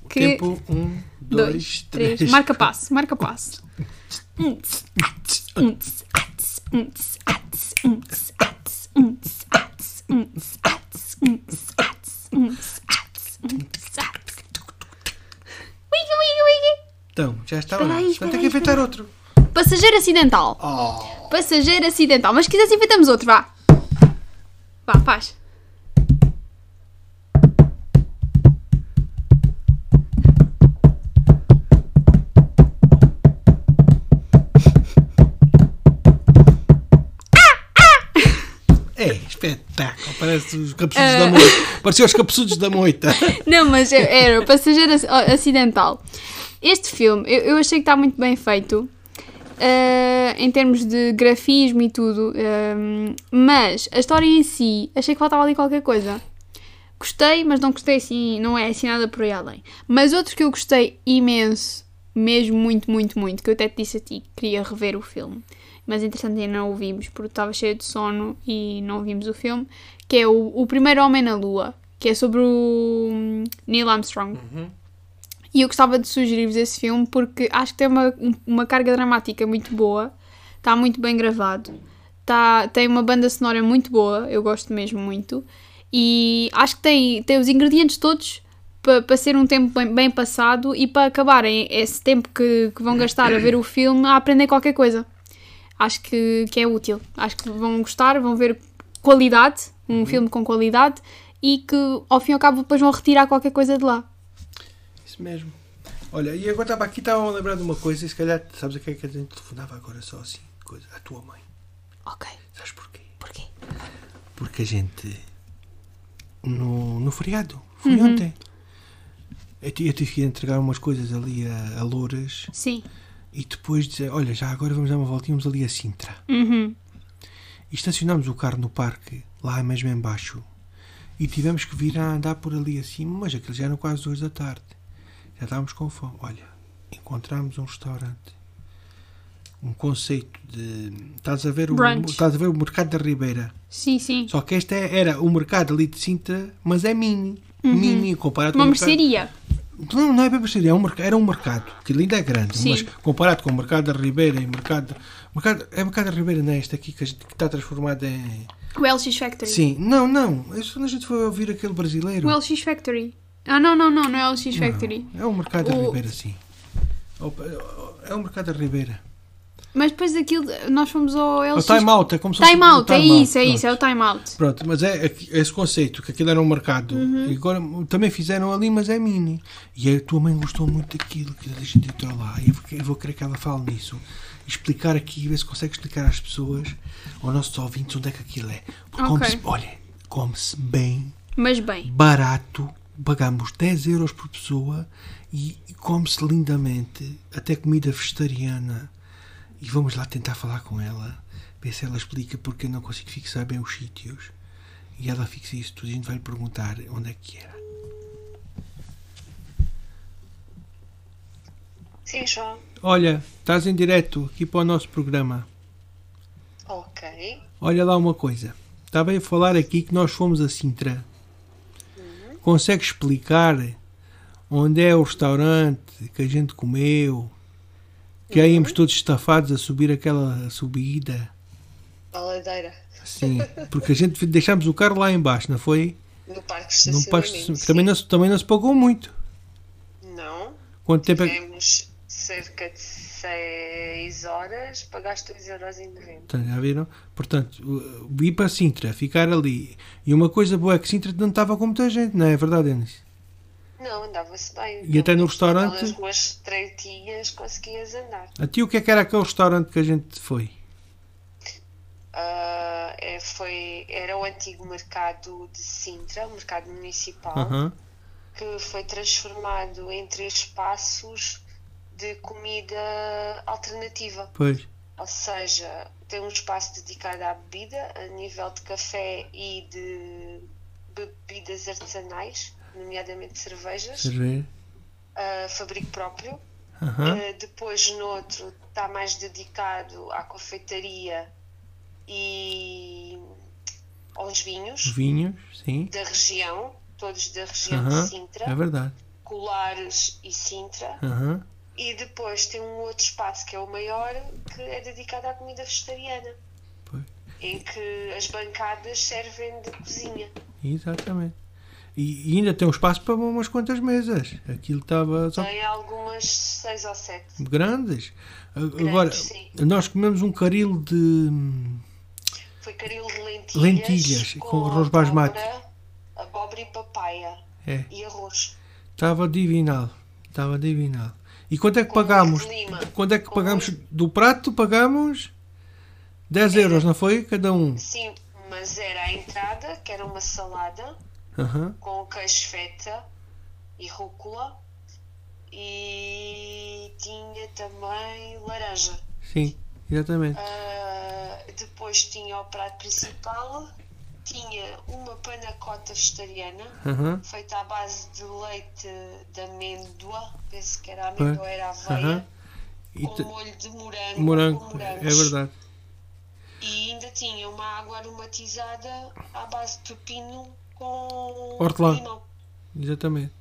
Que... Tempo, um, dois, três. Marca passo, marca Um, passo. Unts, ats, unts, ats, unts, ats, unts, ats, unts, ats, unts, ats, unts, ats, unts, ats, unts, ats. um, Wiggy, wiggy, wiggy. Então, já está Espera lá. aí, Só espera tem aí, que inventar outro. Oh, Passageiro acidental. Passageiro acidental. Mas se quiseres inventamos outro, vá. Vá, faz. É, espetáculo. Parece os cabeçudos Ah. da moita. Parecia os cabeçudos *laughs* da moita. Não, mas é- era o Passageiro ac- ó, Acidental. Este filme, eu, eu achei que está muito bem feito. ah, em termos de grafismo e tudo, ahm, mas a história em si, achei que faltava ali qualquer coisa. Gostei, mas não gostei assim, não é assim nada por aí além. Mas outro que eu gostei imenso, mesmo muito, muito, muito, que eu até te disse a ti que queria rever o filme, mas entretanto ainda não o vimos porque estava cheio de sono e não vimos o filme, que é o, o Primeiro Homem na Lua, que é sobre o hum, Neil Armstrong. E eu gostava de sugerir-vos esse filme porque acho que tem uma, um, uma carga dramática muito boa, está muito bem gravado, tá, tem uma banda sonora muito boa, eu gosto mesmo muito, e acho que tem, tem os ingredientes todos para ser um tempo bem, bem passado e para acabarem esse tempo que, que vão gastar a ver o filme a aprender qualquer coisa. Acho que, que é útil, acho que vão gostar, vão ver qualidade, um filme com qualidade, e que ao fim e ao cabo depois vão retirar qualquer coisa de lá. Isso mesmo. Olha, e agora estava aqui, estava a lembrar de uma coisa, e se calhar, sabes a quem é que a gente telefonava agora só assim? Coisa, a tua mãe. Ok, Sabes porquê? porquê? Porque a gente, no, no feriado, foi Uhum. ontem, eu, ti- eu tive que ir entregar umas coisas ali a, a Louras Sim. e depois dizer, olha, já agora vamos dar uma voltinha, vamos ali a Sintra. Uhum. E estacionámos o carro no parque, lá mesmo em baixo. E tivemos que vir a andar por ali acima, mas aquilo já eram quase duas da tarde. Já estávamos com fome. Olha, encontramos um restaurante. Um conceito de... Estás a ver o, Brunch. estás a ver o Mercado da Ribeira. Sim, sim. Só que este é- era o mercado ali de Sintra, mas é mini. Mini, comparado Uhum. Uma com o mercado- mercearia. Não, não é bem mercearia, é um merc- era um mercado, que ainda é grande, Sim. mas comparado com o mercado da Ribeira e mercado... mercado é o mercado da Ribeira, não é este aqui que a gente- que está transformado em... O LX Factory. Sim, não, não. Isso quando a gente foi ouvir aquele brasileiro. O LX Factory. Ah, não, não, não, não é o LX Factory. É o Mercado da O- Ribeira, sim. Opa, É o Mercado da Ribeira. Mas depois daquilo, nós fomos ao É o LX. Time Out, é como se fosse Time um Out, é Time Out, isso, é isso, é o Time Out. Pronto, mas é, é que- é esse conceito, que aquilo era um mercado. Uhum. E agora também fizeram ali, mas é mini. E a tua mãe gostou muito daquilo, que a gente entrou lá. E eu, vou- eu vou querer que ela fale nisso. Explicar aqui, ver se consegue explicar às pessoas, aos nossos ouvintes, onde é que aquilo é. Porque Ok. come-se, olha, come-se bem. Mas bem, barato, pagamos 10 euros por pessoa e come-se lindamente, até comida vegetariana. E vamos lá tentar falar com ela, ver se ela explica porque eu não consigo fixar bem os sítios. E ela fixa isso tudo e a gente vai lhe perguntar onde é que era. Sim, João. Olha, estás em direto aqui para o nosso programa. Ok. Olha lá uma coisa. Estava a falar aqui que nós fomos a Sintra. Uhum. Consegue explicar onde é o restaurante que a gente comeu? Que aí Uhum. íamos todos estafados a subir aquela subida. Baladeira. Sim, porque a gente deixámos o carro lá embaixo, não foi? No parque de Num estacionamento. pasto- também, sim. não, se- também não se pagou muito. Não. Quanto tempo é que- Tivemos cerca de 6 horas, pagaste 2 euros em novembro. Portanto, já viram? Portanto, o- ir para Sintra, ficar ali. E uma coisa boa é que Sintra não estava com muita gente, não é verdade, Enes? Não, andava-se bem. E até no restaurante? Pelas ruas estreitinhas conseguias andar. A ti o que é que era aquele restaurante que a gente foi? Ah, é, foi, era o antigo mercado de Sintra, o mercado municipal, Aham. que foi transformado em três espaços de comida alternativa. Pois. Ou seja, tem um espaço dedicado à bebida, a nível de café e de bebidas artesanais, nomeadamente cervejas, Cerveja. ah, fabrico próprio. Aham. Eh, depois, noutro, está mais dedicado à confeitaria e aos vinhos Vinhos, sim. da região, todos da região Aham. de Sintra, É verdade. Colares e Sintra. Aham. E depois tem um outro espaço que é o maior, que é dedicado à comida vegetariana, Pois. em que as bancadas servem de cozinha. Exatamente. E, e ainda tem um espaço para umas quantas mesas. Aquilo estava só Tem algumas seis ou sete. grandes. A- Agora, sim. nós comemos um caril de hum, Foi caril de lentilhas, Lentilhas, com arroz basmati. abóbora, abóbora e papaya É. e arroz. Estava divinal. Estava divinal. E quanto é que Com pagámos? muito lima. Quanto é que Com pagámos? Do prato pagámos 10 euros, não foi? Cada um. Sim, mas era a entrada, que era uma salada Aham. com queijo feta e rúcula e tinha também laranja. Sim, exatamente. Ah, depois tinha o prato principal, tinha uma panacota vegetariana Aham. feita à base de leite de amêndoa, penso que era Pois. amêndoa, era aveia, Aham. E com te- molho de morango, com Morango, é morangos. verdade. E ainda tinha uma água aromatizada à base de pepino com Hortelã. limão. Exatamente.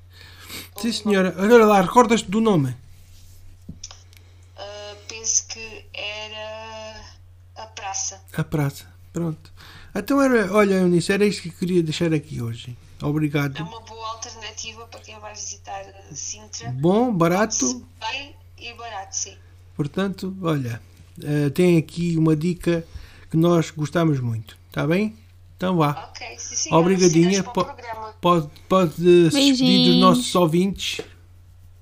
Sim, senhora. Olha lá, recordas-te do nome? Ah, penso que era a praça. A praça. Pronto. Então era, olha, Eunice, era isto que queria deixar aqui hoje. É Obrigado. uma boa alternativa para quem vai visitar Sintra. Bom, barato. Bem e barato, sim. Portanto, olha, eh, tem aqui uma dica que nós gostamos muito, está bem? Então vá. Ok, sim, senhora. Obrigadinha. Sigas para o po- programa. Pode, pode eh, se despedir dos Beijinhos. nossos ouvintes.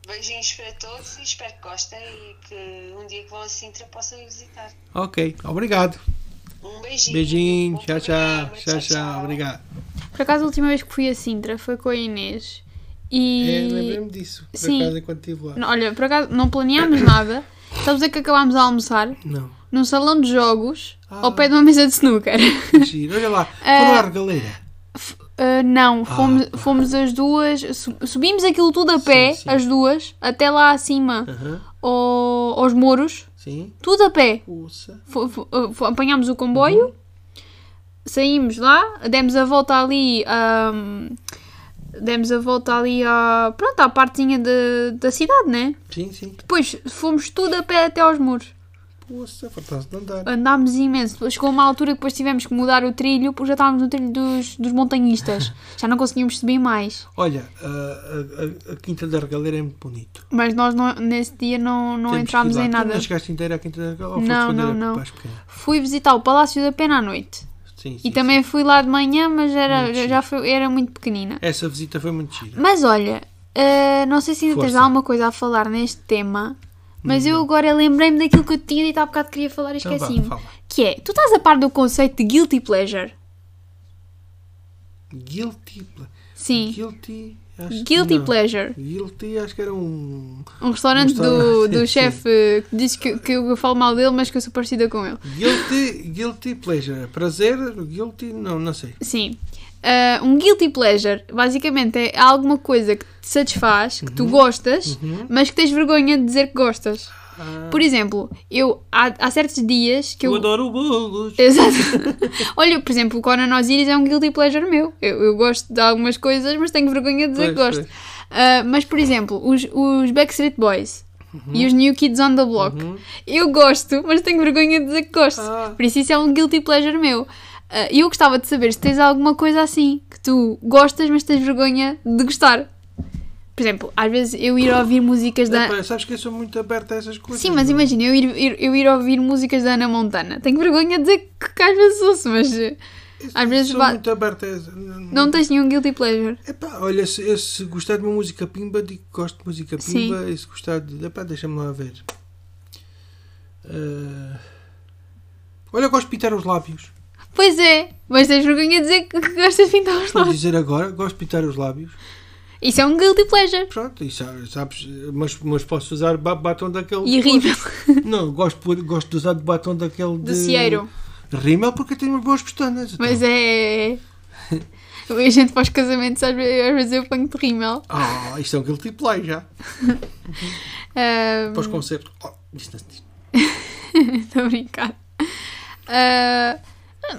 Beijinhos para todos e espero que gostem e que um dia que vão a Sintra possam ir visitar. Ok, obrigado. Um beijinho. Beijinho, bom tchau, tchau, programa, tchau, tchau, obrigado. Por acaso, a última vez que fui a Sintra foi com a Inês. É, E. lembrei-me disso, por Sim. acaso, enquanto estive lá. Não, Olha, por acaso, não planeámos nada. Estamos a que acabámos a almoçar Não, num salão de jogos Ah. ao pé de uma mesa de snooker. que giro. *laughs* olha lá, É. foram à regaleira. Ah, não, fomos, fomos as duas, su- subimos aquilo tudo a pé, sim. as duas, até lá acima, Aham, ao- aos muros, Sim, tudo a pé. pulsa. Fo- fo- ah, fo- apanhámos o comboio, Uhum. saímos lá, demos a volta ali, ahm, demos a volta ali à, pronto, à partezinha de- da cidade, né? Sim, sim, Depois fomos tudo a pé até aos muros. pulsa, fartaste de andar. Andámos imenso. Depois chegou uma altura que depois tivemos que mudar o trilho, porque já estávamos no trilho dos, dos montanhistas. *laughs* Já não conseguíamos subir mais. Olha, a, a- a- a Quinta da Regaleira é muito bonito. Mas nós não- nesse dia não, não Temos entrámos que ir lá. em Tu nada. Não chegaste inteira à Quinta da Regaleira? ou Não, foste fazer não, a não. Paz Pequena? Fui visitar o Palácio da Pena à noite. Sim, E sim, também fui lá de manhã, mas era, Muito já foi, era muito pequenina. sim. Essa visita foi muito gira. Mas olha, ah, não sei se ainda tens Força. alguma coisa a falar neste tema, mas eu agora lembrei-me daquilo que eu te tinha dito há bocado que queria falar e Então vá, esqueci-me. fala. que é, tu estás a par do conceito de guilty pleasure? Guilty. ple- Sim. Guilty. Acho Guilty não. pleasure. Guilty, acho que era um. Um restaurante do, restaurante, do *laughs* sim. chefe eh, que diz que, que eu falo mal dele, mas que eu sou parecida com ele. Guilty, guilty pleasure. Prazer, guilty, não, não sei. Sim. Ah, um guilty pleasure, basicamente, é alguma coisa que te satisfaz, que Uhum. tu gostas, mas que tens vergonha de dizer que gostas. Por exemplo, eu há, há certos dias que eu. Ah, Eu adoro *laughs* bolos. Exato. Olha, por exemplo, o Conan Osiris é um guilty pleasure meu. Eu, eu gosto de algumas coisas, mas tenho vergonha de dizer Pois, que gosto. Ah, mas, por exemplo, os, os Backstreet Boys Uhum. e os New Kids on the Block. Eu gosto, mas tenho vergonha de dizer que gosto. Ah. Por isso, isso é um guilty pleasure meu. Ah, E eu gostava de saber se tens alguma coisa assim que tu gostas, mas tens vergonha de gostar. Por exemplo, às vezes eu ir ouvir músicas da. Epá, sabes que eu sou muito aberta a essas coisas. Sim, mas não? imagina, eu ir, ir- eu ir ouvir músicas da Ana Montana. Tenho vergonha de dizer que, que às vezes ouço, mas eh, às vezes Sou ba- muito aberta a essas. não tens nenhum guilty pleasure. Epá, olha, se, eu se gostar de uma música pimba, digo que gosto de música Sim. pimba. E se gostar de. Epá, deixa-me lá ver. Ah, Olha, eu gosto de pintar os lábios. Pois é, mas tens vergonha de dizer que, que gostas de pintar os *laughs* Vou lábios. dizer agora, gosto de pintar os lábios. Isso é um guilty pleasure. Pronto, e sa- sabes, mas, mas posso usar ba- batom daquele. E horrível. Não, gosto, por- gosto de usar de batom daquele. Do Cieiro. Rímel porque eu tenho umas boas pestanas. Mas é. Eu *laughs* vejo gente para os casamentos, às vezes, às vezes eu ponho de rímel. Ah, isto é um guilty play já. Ah, *laughs* Para os concertos. Oh, isto não se diz. Estou a brincar. Ah,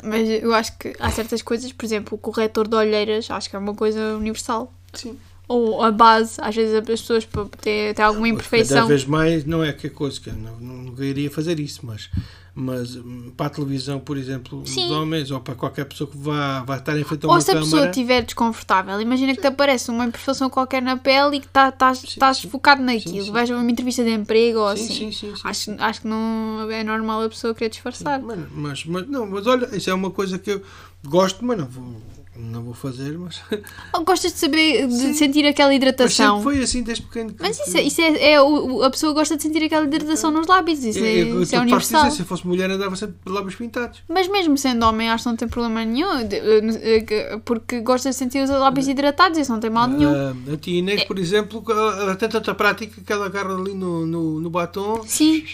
mas eu acho que há certas coisas, por exemplo, o corretor de olheiras, acho que é uma coisa universal. Sim. Ou a base, às vezes as pessoas para ter, ter alguma Cada imperfeição. vez mais, não é que é coisa que eu não, não iria fazer isso, mas, mas hum, para a televisão, por exemplo, os Sim. homens, ou para qualquer pessoa que vá, vá estar em frente a Ou uma se a pessoa câmara. estiver desconfortável, imagina que te aparece uma imperfeição qualquer na pele e que tá- estás estás focado naquilo. Vais a uma entrevista de emprego ou Sim, assim. sim, sim, sim. Acho, acho que não é normal a pessoa querer disfarçar. Mano, mas, mas, não, mas olha, isso é uma coisa que eu gosto, mas não vou, não vou fazer. Mas, *laughs* Ou gostas de saber, de Sim. sentir aquela mas sempre hidratação. foi assim desde pequeno. que- Mas isso, é- isso é, é o- o- a pessoa gosta de sentir aquela hidratação nos lábios, isso é, Uhum. eu- eu- isso é eu posso dizer, universal. se eu fosse mulher, andava sempre de lábios pintados. Mas mesmo sendo homem, acho que não tem problema nenhum, de- eh, no- eh, que- porque gosta de sentir os lábios hidratados, isso não tem mal nenhum. Uhum. É. Ah, a tia Inês, por exemplo, ela tem tanta prática que ela agarra ali no, no, no batom. Sim.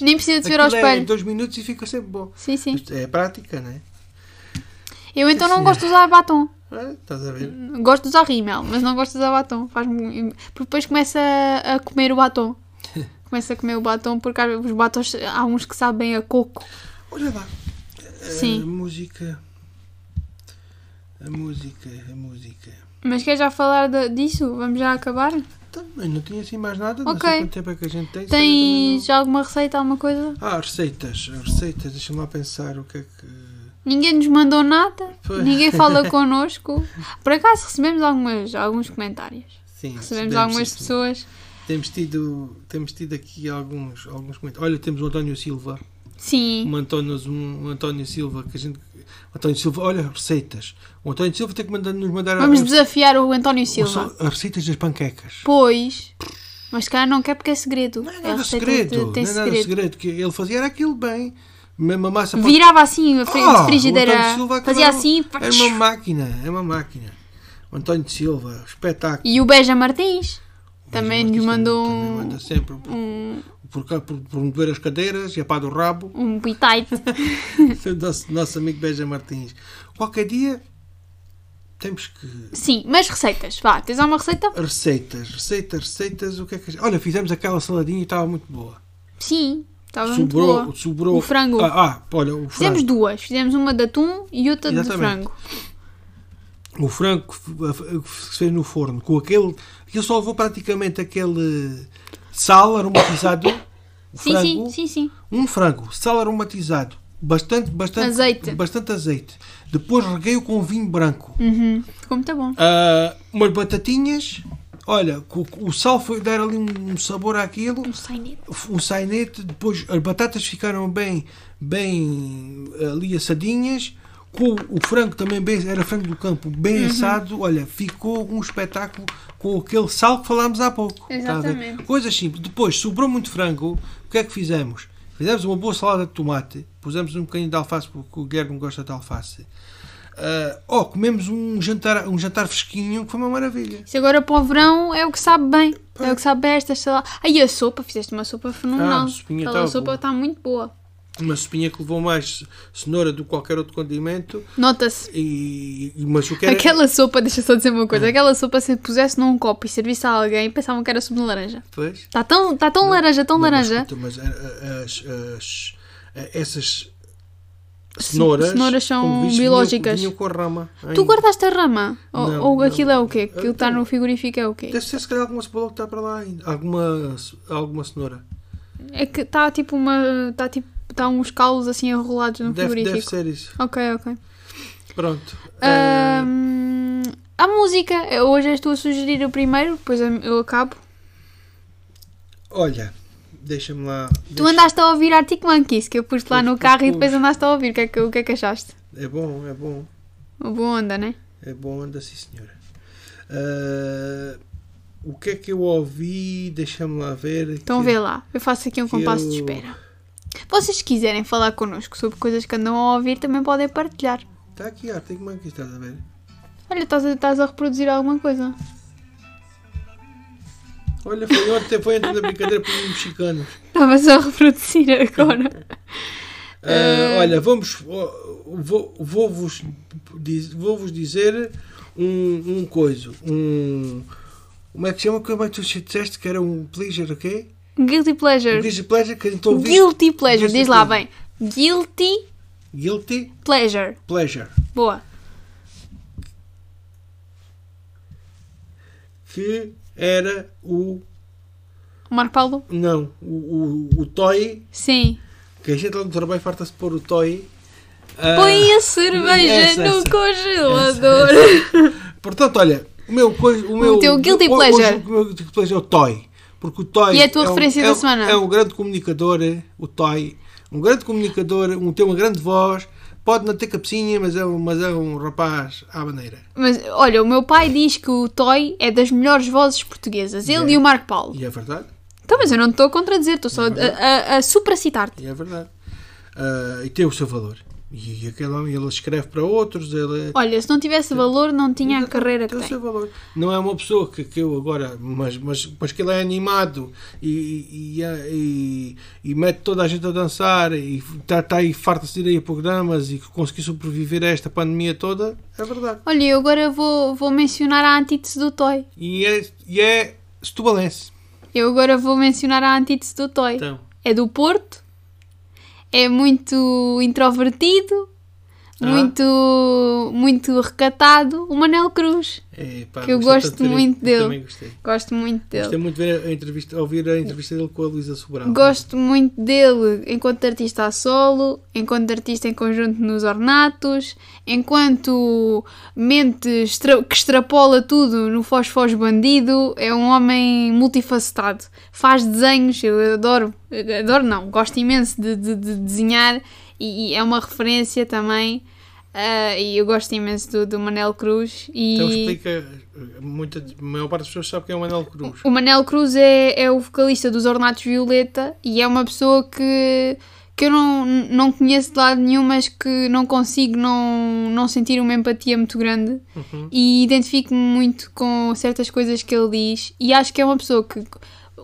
Nem precisa de se ver ao Aquilo é espelho. dois minutos e fica sempre bom. Sim, sim. Isto É prática, não é? Eu então não gosto de usar batom. Ah, estás a ver? Gosto de usar rímel, mas não gosto de usar batom. Faz-me- porque depois começa a, a comer o *laughs* batom. Começa a comer o batom porque há- os batons, há uns que sabem a coco. Olha lá. A Sim. música. A música, a música. Mas quer já falar da- disso? Vamos já acabar? Então, eu não tinha assim mais nada. Não Ok. sei quanto tempo é que a gente tem. senão eu Tens também alguma receita, alguma coisa? não- Ah, receitas. Receitas. Deixa-me lá pensar o que é que. Ninguém nos mandou nada, Foi. ninguém *laughs* fala connosco. Por acaso recebemos algumas, alguns comentários. Sim, Recebemos recebemos, algumas sim, sim. pessoas. Temos tido, temos tido aqui alguns, alguns comentários. Olha, temos o António Silva. Sim, um António, um António Silva que a gente. António Silva, olha, receitas. O António Silva tem que mandar, nos mandar vamos a- desafiar o António ou Silva. só- as receitas das panquecas. Pois, mas se calhar não quer porque é segredo. Não é é nada receita segredo. de- tem não é nada segredo. segredo. que ele fazia era aquilo bem. Mesmo a massa pode- Virava assim a fri- Ah, de frigideira, o António Silva fazia acabava- assim. Era uma máquina, é uma máquina. O António Silva, espetáculo. E o Beja Martins também Mas nos isto mandou também um, manda sempre por, por, cá, por, por mover as cadeiras e a pá *laughs* do rabo. *laughs* um pitite. nosso, nosso amigo Beja Martins. Qualquer dia temos que Sim, mas receitas, vá, tens alguma receita? Receitas, receitas, receitas, o que é que a gente- Olha, fizemos aquela saladinha e estava muito boa. Sim, estava Ah, muito sobrou, boa. sobrou. O frango. Ah, ah, olha, o Fizemos frango. duas. Fizemos uma de atum e outra de Exatamente. frango. O frango que f- que se fez no forno, com aquele. Aquilo só levou praticamente aquele sal aromatizado. o *coughs* Sim, frango, sim, sim, sim. Um frango, sal aromatizado, bastante, bastante. Azeite. Bastante azeite. Depois reguei-o com vinho branco. Hum. Uhum. Ficou muito bom. Ah, umas batatinhas. Olha, co- o sal foi dar ali um sabor àquilo. Um sainete. um sainete, depois as batatas ficaram bem, bem ali assadinhas, com o frango também bem, era frango do campo, bem assado, olha, ficou um espetáculo com aquele sal que falámos há pouco. está a ver? Exatamente. Coisas simples. Depois, sobrou muito frango, o que é que fizemos? Fizemos uma boa salada de tomate, pusemos um bocadinho de alface, porque o Guilherme gosta de alface. Ah, oh, comemos um jantar, um jantar fresquinho, que foi uma maravilha. Isso agora para o verão é o que sabe bem. É o que sabe bem esta salada. Aí a sopa, fizeste uma sopa Ah, fenomenal. a sopinha Aquela estava sopa boa. está muito boa. Uma sopinha que levou mais cenoura do que qualquer outro condimento. Nota-se. E, e- mas o que era, Aquela sopa, deixa eu só dizer uma Ah. coisa. Aquela sopa, se pusesse num copo e servisse a alguém, pensavam que era sumo de laranja. Pois. Está tão, tá tão laranja, tão Não, mas laranja. escuta, Mas, ah, as, as- ah, essas cenouras, cenouras são como viste, vinham- biológicas. vinham com a rama. Tu ainda. guardaste a rama? Ou, Não, ou não. aquilo é o quê? Aquilo está Então, no frigorífico é o quê? Deve ser se calhar alguma cebola que está para lá ainda. Alguma, alguma cenoura. É que está tipo uma. Está tipo. Está uns calos assim enrolados no Deve, deve frigorífico. ser isso. Ok, ok. Pronto. Ah, Ahm, a música. Eu Hoje és tu a sugerir o primeiro, depois eu- eu acabo. olha, deixa-me lá. Tu andaste a ouvir Arctic Monkeys, que eu pus lá Pus, no pus, carro e depois pus. andaste a ouvir. O que é que, o que, é que achaste? É bom, é bom. Uma boa onda, né? É bom, anda sim, senhora. Ah, o que é que eu ouvi? Deixa-me lá ver. Então que- vê lá. Eu faço aqui um que compasso de eu- espera. Vocês se quiserem falar connosco sobre coisas que andam a ouvir, também podem partilhar. Está aqui, Arctic Monkey, estás a ver? Olha, estás a, estás a reproduzir alguma coisa. Olha, foi ontem, foi ontem da brincadeira por um mexicano. *laughs* Estava só a reproduzir agora. Ah, olha, vamos. Vou-vos vou vou-vos diz- vou-vos dizer um, um coisa. Um. Como é que chama? Como é que tu disseste que era um pleasure, ok? Guilty Um pleasure. guilty pleasure que então viste- Guilty pleasure. viste Diz lá tudo. bem. Guilty Guilty pleasure. pleasure. Boa. Que era o. O Marco Paulo? Não, o, o, o toy. Sim. Que a gente lá no trabalho farta-se pôr o toy. ah, Põe a cerveja essa, no essa. congelador. *laughs* Portanto, olha, o meu coisa, o meu teu guilty ho- hoje pleasure. o meu guilty pleasure é o Toy, porque o Toy E é a tua um- referência é da um- semana. É um grande comunicador, eh, o Toy, um grande comunicador, um tem uma grande voz, pode não ter cabecinha, mas é um, mas é um rapaz à maneira. Mas olha, o meu pai diz que o Toy é das melhores vozes portuguesas. Ele e o Marco Paulo. E é verdade, Então, mas eu não te estou a contradizer, estou só a, a, a supracitar-te. e é verdade. Ah, e tem o seu valor. E, aquele homem, ele escreve para outros, ele Olha, se não tivesse valor, não tinha a carreira que tem o tem. seu valor. Não é uma pessoa que, que eu agora, mas, mas, mas que ele é animado e, e, e- e mete toda a gente a dançar e está tá aí farta-se de ir a programas e que conseguiu sobreviver a esta pandemia toda, é verdade. Olha, eu agora vou, vou mencionar a antítese do Toy. E é, e é setubalense. Eu agora vou mencionar a antítese do Toy. Então, É do Porto, é muito introvertido, Ah. muito, muito recatado. O Manel Cruz. é, pá, Que eu gostei gosto tanto de ver- muito eu dele. também gostei. Gosto muito dele. Gostei muito de ver a entrevista, ouvir a entrevista dele com a Luísa Sobral. Gosto muito dele enquanto artista a solo, enquanto artista em conjunto nos ornatos, enquanto mente extra- que extrapola tudo no Foz Foz Bandido, é um homem multifacetado. Faz desenhos, eu adoro, adoro não, gosto imenso de, de- de desenhar e, e é uma referência também. ah, e eu gosto imenso do, do Manel Cruz. E... Então explica, muita, a maior parte das pessoas sabe quem é o Manuel Cruz. O Manel Cruz é, é o vocalista dos Ornatos Violeta e é uma pessoa que, que eu não, não conheço de lado nenhum, mas que não consigo não, não sentir uma empatia muito grande e identifico-me muito com certas coisas que ele diz e acho que é uma pessoa que,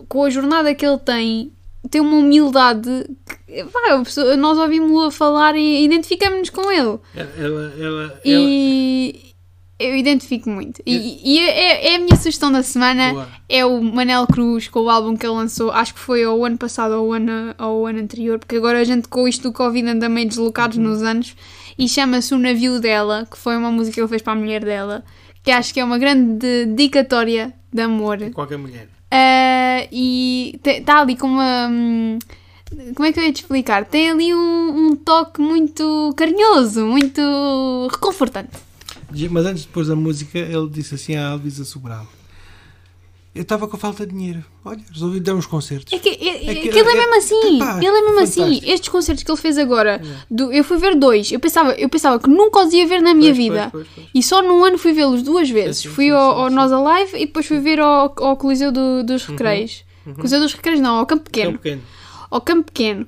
com a jornada que ele tem, tem uma humildade que, pá, a pessoa- nós ouvimos-lo a falar e identificamos-nos com ele. Ela, ela, ela, E eu identifico muito. E, e é, é a minha sugestão da semana. Boa. É o Manel Cruz com o álbum que ele lançou. Acho que foi ao ano passado ou ao ano, ao ano anterior, porque agora a gente com isto do Covid anda meio deslocados nos anos. E chama-se O Navio Dela, que foi uma música que ele fez para a mulher dela, que acho que é uma grande dedicatória de amor. qualquer mulher. Ah, e está ali com uma. hum, Como é que eu ia te explicar? Tem ali um, um toque muito carinhoso, muito reconfortante. Mas antes de pôr a música, ele disse assim à Elvisa Sobral: Eu estava com falta de dinheiro. Olha, resolvi dar uns concertos. É que, é, É que- aquilo é, é- mesmo assim. pá, ele é mesmo assim. fantástico. Estes concertos que ele fez agora, do- eu fui ver dois. Eu pensava, eu pensava que nunca os ia ver na minha Pois, vida. pois, pois, pois. E só num ano fui vê-los duas vezes. sim, fui sim, ao, sim, Uhum, ao sim. Nós Alive e depois fui ver ao, ao Coliseu do- dos Recreios. Coliseu dos Recreios não, ao Campo É Pequeno. um pequeno. ao campo pequeno.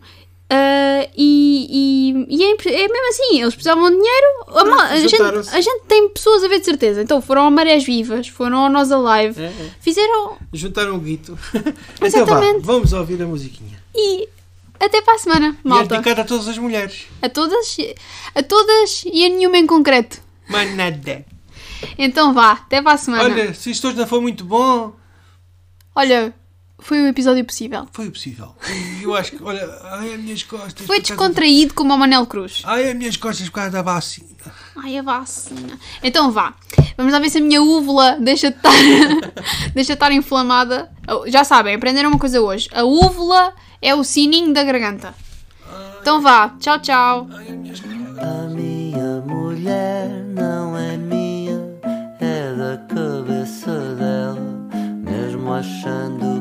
Ah, e e, e é, impre- é mesmo assim, eles precisavam de dinheiro. A, mal- a gente, juntaram-se. a gente tem pessoas a ver de certeza. Então foram ao Marés Vivas, foram ao Nós Alive, É, é. fizeram Juntaram *laughs* um guito. então vá, Exatamente. vamos ouvir a musiquinha. e até para a semana, E é malta. dedicada a todas as mulheres. A todas, a todas e a nenhuma em concreto. Mas nada. Então vá, até para a semana. Olha, Olha, se isto hoje não foi muito bom, foi o episódio possível. foi o possível. E Eu acho que, olha, ai as minhas costas. Foi por causa- descontraído como o Manel Cruz. Ai as minhas costas por causa da vacina. Ai, a vacina. Então vá. Vamos lá ver se a minha úvula deixa de estar, *laughs* deixa de estar inflamada. Oh, Já sabem, aprenderam uma coisa hoje. A úvula é o sininho da garganta. Então vá. Tchau, tchau. A minha mulher não é minha, é da cabeça dela, mesmo achando é